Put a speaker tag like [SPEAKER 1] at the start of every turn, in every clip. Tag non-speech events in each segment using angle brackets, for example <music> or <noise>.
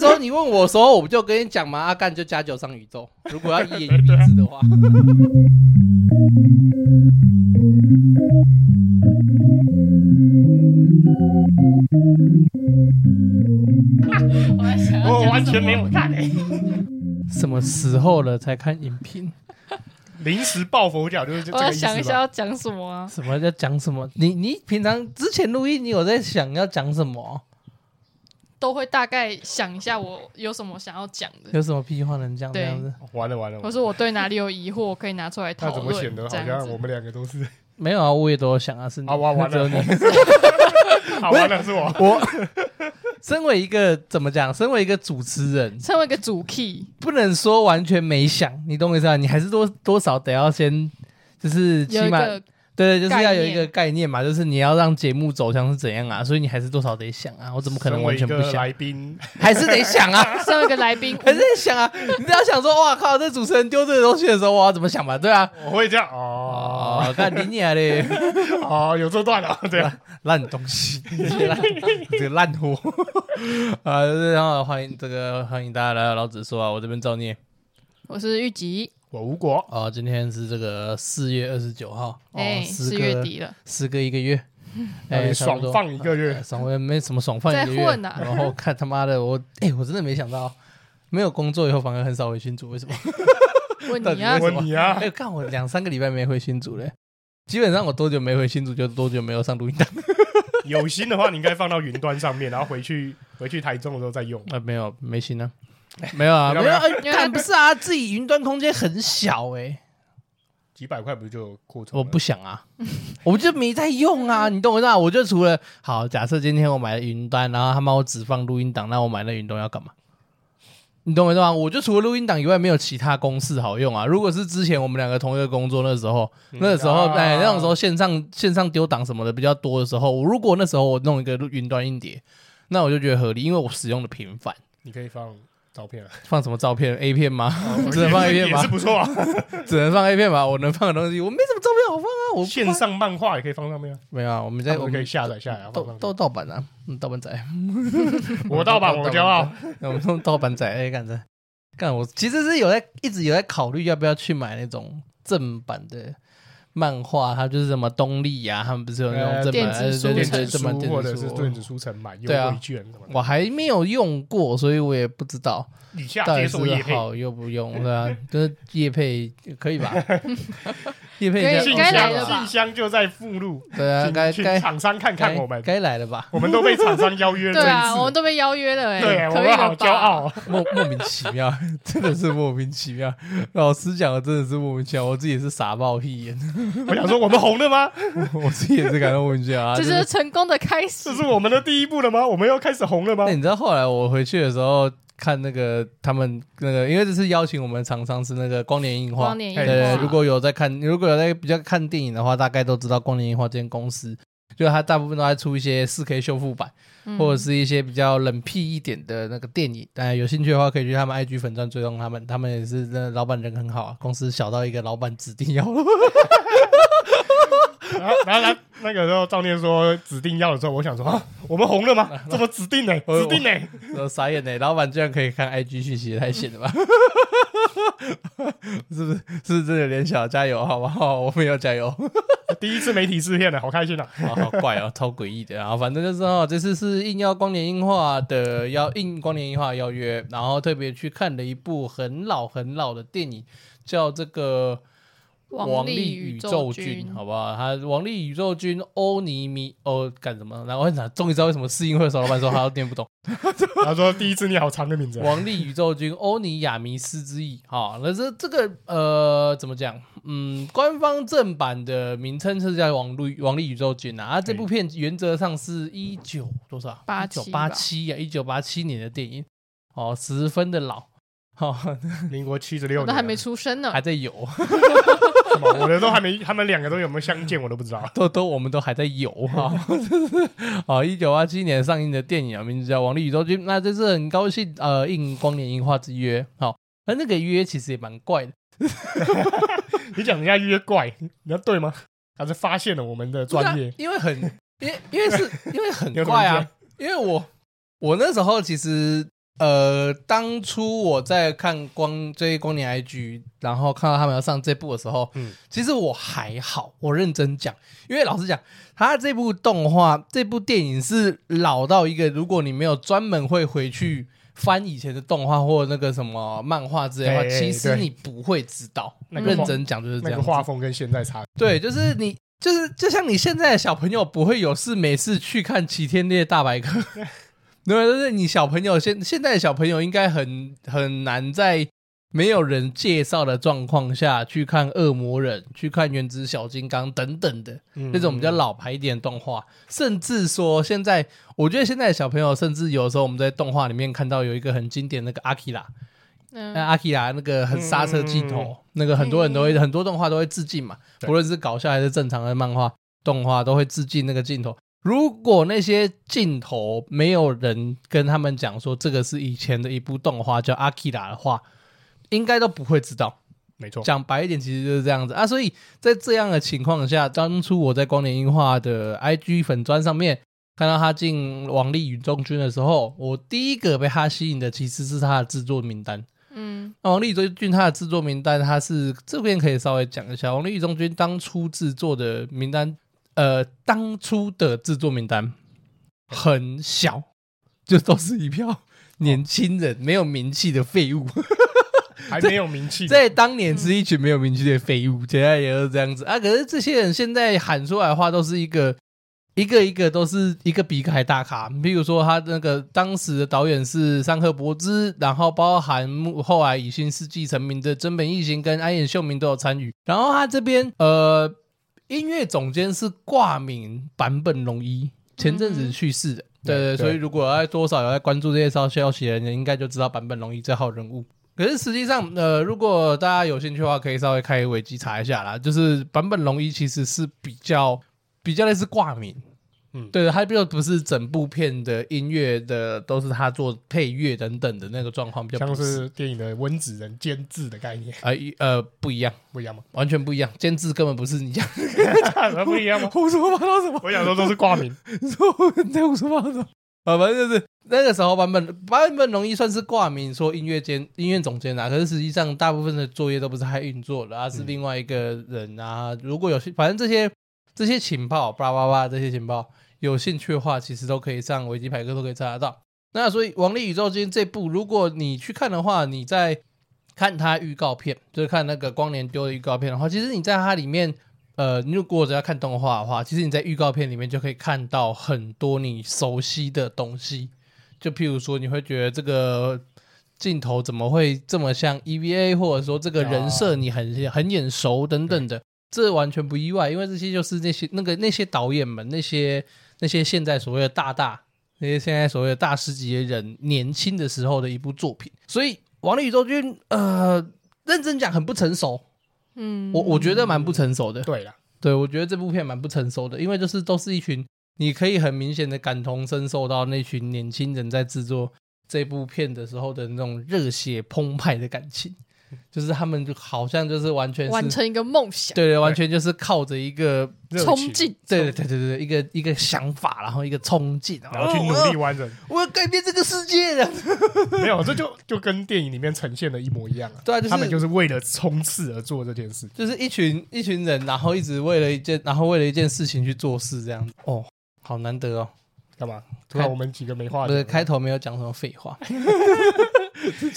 [SPEAKER 1] 之后你问我的时候，我不就跟你讲嘛，阿干就加九上宇宙。如果要一言以蔽之的
[SPEAKER 2] <laughs>
[SPEAKER 1] 话，
[SPEAKER 3] 我在想要讲
[SPEAKER 2] 我完
[SPEAKER 3] 什
[SPEAKER 2] 全
[SPEAKER 3] 么
[SPEAKER 2] 没有看诶、
[SPEAKER 1] 什么时候了才看影评？
[SPEAKER 2] 临时抱佛脚 <laughs> 就是这这
[SPEAKER 3] 我
[SPEAKER 2] 个
[SPEAKER 3] 要
[SPEAKER 2] 意思
[SPEAKER 3] 想一下
[SPEAKER 2] 吧
[SPEAKER 3] 要讲什么啊？
[SPEAKER 1] <laughs> 什么在讲什么？你你平常之前录音，你有在想要讲什么？
[SPEAKER 3] 都会大概想一下我有什么想要讲的，
[SPEAKER 1] 有什么屁话能讲这样子？
[SPEAKER 2] 完了完了，
[SPEAKER 3] 或是我对哪里有疑惑，可以拿出来
[SPEAKER 2] 那
[SPEAKER 3] 讨
[SPEAKER 2] 怎么显
[SPEAKER 3] 论。
[SPEAKER 2] 得
[SPEAKER 3] 这
[SPEAKER 2] 好
[SPEAKER 3] 样
[SPEAKER 2] 像我
[SPEAKER 3] 子，
[SPEAKER 2] 们两个都
[SPEAKER 3] <laughs>
[SPEAKER 2] 是
[SPEAKER 1] 没有啊，我也都有想啊，是你
[SPEAKER 2] 啊完完
[SPEAKER 1] 只有
[SPEAKER 2] 了
[SPEAKER 1] 你。
[SPEAKER 2] 好完了是我，
[SPEAKER 1] 我身为一个怎么讲？身为一个主持人，
[SPEAKER 3] 成为一个主 key，
[SPEAKER 1] 不能说完全没想，你懂我意思吧？你还是多多少得要先，就是起
[SPEAKER 3] 有一
[SPEAKER 1] 码 <laughs>
[SPEAKER 3] 个
[SPEAKER 1] 对，就是要有一个
[SPEAKER 3] 概念
[SPEAKER 1] 概念嘛，就是你要让节目走向是怎样啊，所以你还是多少得想啊，我怎么可能
[SPEAKER 2] 身
[SPEAKER 1] 完
[SPEAKER 2] 为一
[SPEAKER 1] 全不
[SPEAKER 2] 个
[SPEAKER 1] 想？
[SPEAKER 2] 来宾，
[SPEAKER 1] 还是得想 <laughs> 啊，
[SPEAKER 3] 身为一个来宾，
[SPEAKER 1] 还是得想啊！你只要想说，哇靠，这主持人丢这个东西的时候，我要怎么想吧？对啊，
[SPEAKER 2] 我会这样哦
[SPEAKER 1] 哦，看你俩嘞，
[SPEAKER 2] 哦，有这段了， <laughs> 对啊，
[SPEAKER 1] 烂东西，烂这个烂货 <laughs> 啊！就是然后欢迎这个欢迎大家来到老子说啊，我这边造孽
[SPEAKER 3] 我是玉吉，
[SPEAKER 2] 我无果，
[SPEAKER 1] 哦，今天是这个四月二十九号，哦
[SPEAKER 3] 哎，，
[SPEAKER 1] 时
[SPEAKER 3] 四
[SPEAKER 1] 隔
[SPEAKER 3] 月底了，
[SPEAKER 1] 时隔一个 <laughs> 月，哎，
[SPEAKER 2] 哎
[SPEAKER 1] 差不
[SPEAKER 2] 爽
[SPEAKER 1] 多
[SPEAKER 2] 放一个月
[SPEAKER 1] 呃，爽文没什么爽饭
[SPEAKER 3] 在
[SPEAKER 1] 一个月，
[SPEAKER 3] 混啊
[SPEAKER 1] 然后看他妈的我，哎、我真的没想到，没有工作以后反而很少回新竹，为什么？
[SPEAKER 3] 问
[SPEAKER 1] 到
[SPEAKER 3] 你
[SPEAKER 1] 底
[SPEAKER 3] 啊
[SPEAKER 1] 为，什么
[SPEAKER 2] 问你啊
[SPEAKER 1] 哎、，看我两三个礼拜没回新竹嘞，基本上我多久没回新竹就多久没有上录音档
[SPEAKER 2] 有心的话你应该放到云端上面，然后回去回去台中的时候再用。
[SPEAKER 1] <laughs> 啊、没有没心 <laughs> 啊，没有啊，
[SPEAKER 2] 没
[SPEAKER 1] 没
[SPEAKER 2] 有
[SPEAKER 1] 有，
[SPEAKER 2] 没有
[SPEAKER 1] 啊
[SPEAKER 3] 因为
[SPEAKER 1] 干
[SPEAKER 3] 他
[SPEAKER 1] 不是啊，自己云端空间很小哎、
[SPEAKER 2] 几百块不是就扩充
[SPEAKER 1] 我
[SPEAKER 2] 了？
[SPEAKER 1] 不想啊，我就没在用啊，你懂我意思吗？我就除了好，假设今天我买了云端，然后他妈我只放录音档，那我买那云端要干嘛？你懂我意思吗？我就除了录音档以外，没有其他公式好用啊。如果是之前我们两个同一个工作那时候，那时候
[SPEAKER 2] 啊
[SPEAKER 1] 哎、那种时候线上线上丢档什么的比较多的时候，我如果那时候我弄一个录云端硬碟，那我就觉得合理，因为我使用的频繁。
[SPEAKER 2] 你可以放照片啊，
[SPEAKER 1] 放什么照片？A 片吗？<laughs>
[SPEAKER 2] 哦
[SPEAKER 1] 只能放 A 片
[SPEAKER 2] <laughs> 也是
[SPEAKER 1] 吗？
[SPEAKER 2] 不错啊。
[SPEAKER 1] 只能放 A 片吗？我能放的东西，我没什么照片好放啊。我不
[SPEAKER 2] 线上漫画也可以放上面啊，
[SPEAKER 1] 没有啊，我们在
[SPEAKER 2] 那
[SPEAKER 1] 我
[SPEAKER 2] 我
[SPEAKER 1] 们
[SPEAKER 2] 可以下载下来啊，
[SPEAKER 1] 盗
[SPEAKER 2] 放上
[SPEAKER 1] 盗
[SPEAKER 2] 面。
[SPEAKER 1] 盗版啊，嗯，盗版仔，
[SPEAKER 2] 我盗版，
[SPEAKER 1] 盗
[SPEAKER 2] 我骄傲。
[SPEAKER 1] 那 <laughs> 我们用盗版仔哎，干着干我其实是有在一直有在考虑要不要去买那种正版的漫画，它就是什么东立呀、他们不是有那种正版哎
[SPEAKER 3] 呃电子
[SPEAKER 1] 对
[SPEAKER 3] 书
[SPEAKER 1] 对
[SPEAKER 2] 哎电
[SPEAKER 1] 对
[SPEAKER 2] 子
[SPEAKER 1] 正版
[SPEAKER 2] 书哦
[SPEAKER 1] 电
[SPEAKER 2] 或
[SPEAKER 1] 子
[SPEAKER 2] 者
[SPEAKER 1] 书
[SPEAKER 2] 是电子书城买优
[SPEAKER 1] 对啊
[SPEAKER 2] 惠券什么的，
[SPEAKER 1] 我还没有用过，所以我也不知道
[SPEAKER 2] 以下
[SPEAKER 1] 到
[SPEAKER 2] 接
[SPEAKER 1] 底
[SPEAKER 2] 受叶
[SPEAKER 1] 是
[SPEAKER 2] 配，
[SPEAKER 1] 好又不用，对啊，就是叶配可以
[SPEAKER 2] <laughs>
[SPEAKER 1] 吧？叶配
[SPEAKER 3] 可以
[SPEAKER 1] 应
[SPEAKER 2] 信
[SPEAKER 3] 该来了
[SPEAKER 2] 箱
[SPEAKER 3] 吧
[SPEAKER 2] 信箱就在附录，
[SPEAKER 1] 对啊，
[SPEAKER 2] 请
[SPEAKER 1] 该
[SPEAKER 2] 请
[SPEAKER 1] 该
[SPEAKER 2] 厂商看看我们，
[SPEAKER 1] 该来了吧？
[SPEAKER 2] 我们都被厂商邀约了
[SPEAKER 3] 对啊，我们
[SPEAKER 2] 一次，
[SPEAKER 3] 都被邀约了，哎，
[SPEAKER 2] 对，我
[SPEAKER 3] 可以
[SPEAKER 2] 们好
[SPEAKER 3] 了
[SPEAKER 2] 骄
[SPEAKER 3] 吧？
[SPEAKER 2] 傲。
[SPEAKER 1] 莫莫名其妙， <laughs> 真的是莫名其妙。老师讲的真的是莫名其妙，我自己也是傻冒屁眼， <laughs>
[SPEAKER 2] 我想说，我们红了吗？
[SPEAKER 1] 我自己也是感到莫名其妙啊。
[SPEAKER 3] 这
[SPEAKER 1] 就是
[SPEAKER 3] 成功的开始
[SPEAKER 2] 这，是我们的第一步了吗？我们要开始红了吗
[SPEAKER 1] 那？哎你知道后来我回去的时候看那个他们那个，因为这次邀请我们厂商是那个光年映画，
[SPEAKER 3] 光年映画
[SPEAKER 1] 对对对如果有在看，如果有在比较看电影的话，大概都知道光年映画这间公司。就它大部分都在出一些四 K 修复版，
[SPEAKER 3] 嗯
[SPEAKER 1] 或者是一些比较冷僻一点的那个电影。大家有兴趣的话，可以去他们 IG 粉专追踪他们，他们也是那老板人很好啊，公司小到一个老板 <laughs> 指定要
[SPEAKER 2] 然后，然后然后那个时候赵念说指定要的时候，我想说，啊我们红了 <laughs> 吗？怎么指定呢？
[SPEAKER 1] 我
[SPEAKER 2] 指定呢？
[SPEAKER 1] 我傻眼呢、老板居然可以看 IG 讯息，太闲了吧？ <laughs> 是不是？是不是真的有点小？加油，好不好？我们要加油。
[SPEAKER 2] 第一次媒体试片了，好开心啊！
[SPEAKER 1] 好好怪哦，超诡异的。然后反正就是哦，这次是应邀光年映画的邀应光年映画邀约，然后特别去看了一部很老很老的电影，叫这个王力
[SPEAKER 3] 力
[SPEAKER 1] 宇宙
[SPEAKER 3] 宙
[SPEAKER 1] 军，好不好？他王力宇宙军欧尼米哦干什么？然后我很想终于知道为什么试映会的时候老板说他念不懂。
[SPEAKER 2] 然后说第一次你好长的名字啊，
[SPEAKER 1] 王力宇宙军欧尼亚迷斯之翼，哈、那这这个呃怎么讲？嗯，官方正版的名称是叫王力王力宇宙军啊。啊，这部片原则上是一九多少啊？
[SPEAKER 3] 八
[SPEAKER 1] 九
[SPEAKER 3] 七
[SPEAKER 1] 八
[SPEAKER 3] 吧
[SPEAKER 1] 七啊呀，一九八七年的电影，哦，十分的老，哦， <laughs>
[SPEAKER 2] 民国七十六
[SPEAKER 3] 我
[SPEAKER 2] 年
[SPEAKER 3] 都
[SPEAKER 2] 啊，
[SPEAKER 3] 还没出生呢
[SPEAKER 1] 还，在有， <laughs>
[SPEAKER 2] 什么，我的都还没，他们两个都有没有相见，我都不知道。
[SPEAKER 1] 都都我们都还在有哈。 <laughs> 哦，一九八七年上映的电影啊，名字叫《王力宇宙军》。那这次很高兴，呃，应光年樱花之约，好、那那个约其实也蛮怪的。
[SPEAKER 2] <laughs> 你讲人家约怪，你要对吗？他是发现了我们的
[SPEAKER 3] 啊
[SPEAKER 2] 专业，
[SPEAKER 1] 啊因为很，因为因为是因为很
[SPEAKER 2] <laughs> 你要怎么
[SPEAKER 1] 怪啊
[SPEAKER 2] 讲，
[SPEAKER 1] 因为我我那时候其实呃，当初我在看光追光年 IG，然后看到他们要上这部的时候，
[SPEAKER 2] 嗯
[SPEAKER 1] 其实我还好，我认真讲，因为老实讲，他这部动画、这部电影是老到一个，如果你没有专门会回去翻以前的动画或那个什么漫画之类的话，
[SPEAKER 2] 哎
[SPEAKER 1] 其实
[SPEAKER 2] 对
[SPEAKER 1] 你不会知道。
[SPEAKER 2] 那
[SPEAKER 3] 个
[SPEAKER 1] 认
[SPEAKER 3] 画
[SPEAKER 1] 真讲就是这
[SPEAKER 2] 那
[SPEAKER 1] 样
[SPEAKER 2] 个
[SPEAKER 1] 子，
[SPEAKER 2] 画风跟现在差。
[SPEAKER 1] 对，就是你。就是就像你现在的小朋友不会有事没事去看《齐天烈大百科》， <laughs> 对，就是你小朋友现现在的小朋友应该很很难在没有人介绍的状况下去看《恶魔人》、去看《原子小金刚》等等的
[SPEAKER 2] 嗯
[SPEAKER 1] 那种比较老牌一点的动画，甚至说现在我觉得现在的小朋友，甚至有时候我们在动画里面看到有一个很经典那个阿基拉，那
[SPEAKER 3] 嗯，
[SPEAKER 1] 阿基拉那个很刹车镜头，那个很多人都会、很多动画都会致敬嘛，
[SPEAKER 2] 对
[SPEAKER 1] 不论是搞笑还是正常的漫画动画都会致敬那个镜头。如果那些镜头没有人跟他们讲说这个是以前的一部动画叫《阿基拉》的话，应该都不会知道。
[SPEAKER 2] 没错，
[SPEAKER 1] 讲白一点，其实就是这样子啊。所以在这样的情况下，当初我在光年映画的 IG 粉砖上面看到他进王力云中军的时候，我第一个被他吸引的其实是他的制作名单。
[SPEAKER 3] 嗯，
[SPEAKER 1] 那王力中军他的制作名单，他是这边可以稍微讲一下。王力中军当初制作的名单，呃，当初的制作名单很小，就都是一票年轻人、没有名气的废物。
[SPEAKER 2] 还没有名气的。
[SPEAKER 1] 在当年是一群没有名气的废物，现在也是这样子啊。可是这些人现在喊出来的话，都是一个一个一个都是一个比一个还大咖。比如说他那个当时的导演是山河博之，然后包含幕后啊来以新世纪成名的真本义行跟安野秀明都有参与。然后他这边呃，音乐总监是挂名版本龙一，前阵子去世的。对对，
[SPEAKER 2] 对
[SPEAKER 1] 所以如果要多少有在关注这些消消息的人，应该就知道版本龙一这号人物。可是实际上，呃，如果大家有兴趣的话，可以稍微开维基查一下啦。就是版本龙一其实是比较比较类似挂名，
[SPEAKER 2] 嗯
[SPEAKER 1] 对，他并不是整部片的音乐的都是他做配乐等等的那个状况，比较
[SPEAKER 2] 像
[SPEAKER 1] 不
[SPEAKER 2] 是电影的温子仁监制的概念 <laughs>
[SPEAKER 1] 呃一呃不一样，
[SPEAKER 2] 不
[SPEAKER 1] <laughs>
[SPEAKER 2] 一样吗？
[SPEAKER 1] 完全不一样，监制根本不是你讲
[SPEAKER 2] 不一样吗？
[SPEAKER 1] <laughs> 胡说八道什么，
[SPEAKER 2] 我想说都是挂名，
[SPEAKER 1] 你说我在胡说八道。 <laughs> 啊，反正就是那个时候版本版本容易算是挂名说音乐监音乐总监啊，可是实际上大部分的作业都不是他运作的，而、是
[SPEAKER 2] 嗯
[SPEAKER 1] 另外一个人啊。如果有兴反正这些这些情报，叭叭叭这些情报，有兴趣的话，其实都可以上维基百科都可以查得到。那所以《王力宇宙之间》这部，如果你去看的话，你在看它预告片，就是看那个光年丢的预告片的话，其实你在它里面，呃，你如果只要看动画的话，其实你在预告片里面就可以看到很多你熟悉的东西，就譬如说，你会觉得这个镜头怎么会这么像 EVA，或者说这个人设你很很眼熟等等的，这完全不意外，因为这些就是那些那个那些导演们，那些那些现在所谓的大大，那些现在所谓的大师级的人年轻的时候的一部作品，所以《王力宇宙军》呃，认真讲很不成熟，
[SPEAKER 3] 嗯，
[SPEAKER 1] 我我觉得蛮不成熟的，
[SPEAKER 2] 对啦，
[SPEAKER 1] 对，我觉得这部片蛮不成熟的，因为就是都是一群你可以很明显的感同身受到那群年轻人在制作这部片的时候的那种热血澎湃的感情，就是他们就好像就是完全
[SPEAKER 3] 完
[SPEAKER 1] 是
[SPEAKER 3] 成一个梦想，
[SPEAKER 1] 对对，完全就是靠着一个
[SPEAKER 2] 热
[SPEAKER 3] 冲
[SPEAKER 2] 情，
[SPEAKER 3] 劲，
[SPEAKER 1] 对对对对对一个一个想法，然后一个冲劲，
[SPEAKER 2] 然后去努力完成。
[SPEAKER 1] 我要，我要改变这个世界的。
[SPEAKER 2] 没有，这就就跟电影里面呈现的一模一样啊。
[SPEAKER 1] 对啊就是
[SPEAKER 2] 他们就是为了冲刺而做这件事。
[SPEAKER 1] 就是一群一群人，然后一直为了一件，然后为了一件事情去做事，这样子哦，好难得哦。
[SPEAKER 2] 干嘛？突然我们几个没话
[SPEAKER 1] 不是
[SPEAKER 2] 讲，
[SPEAKER 1] 开头没有讲什么废话，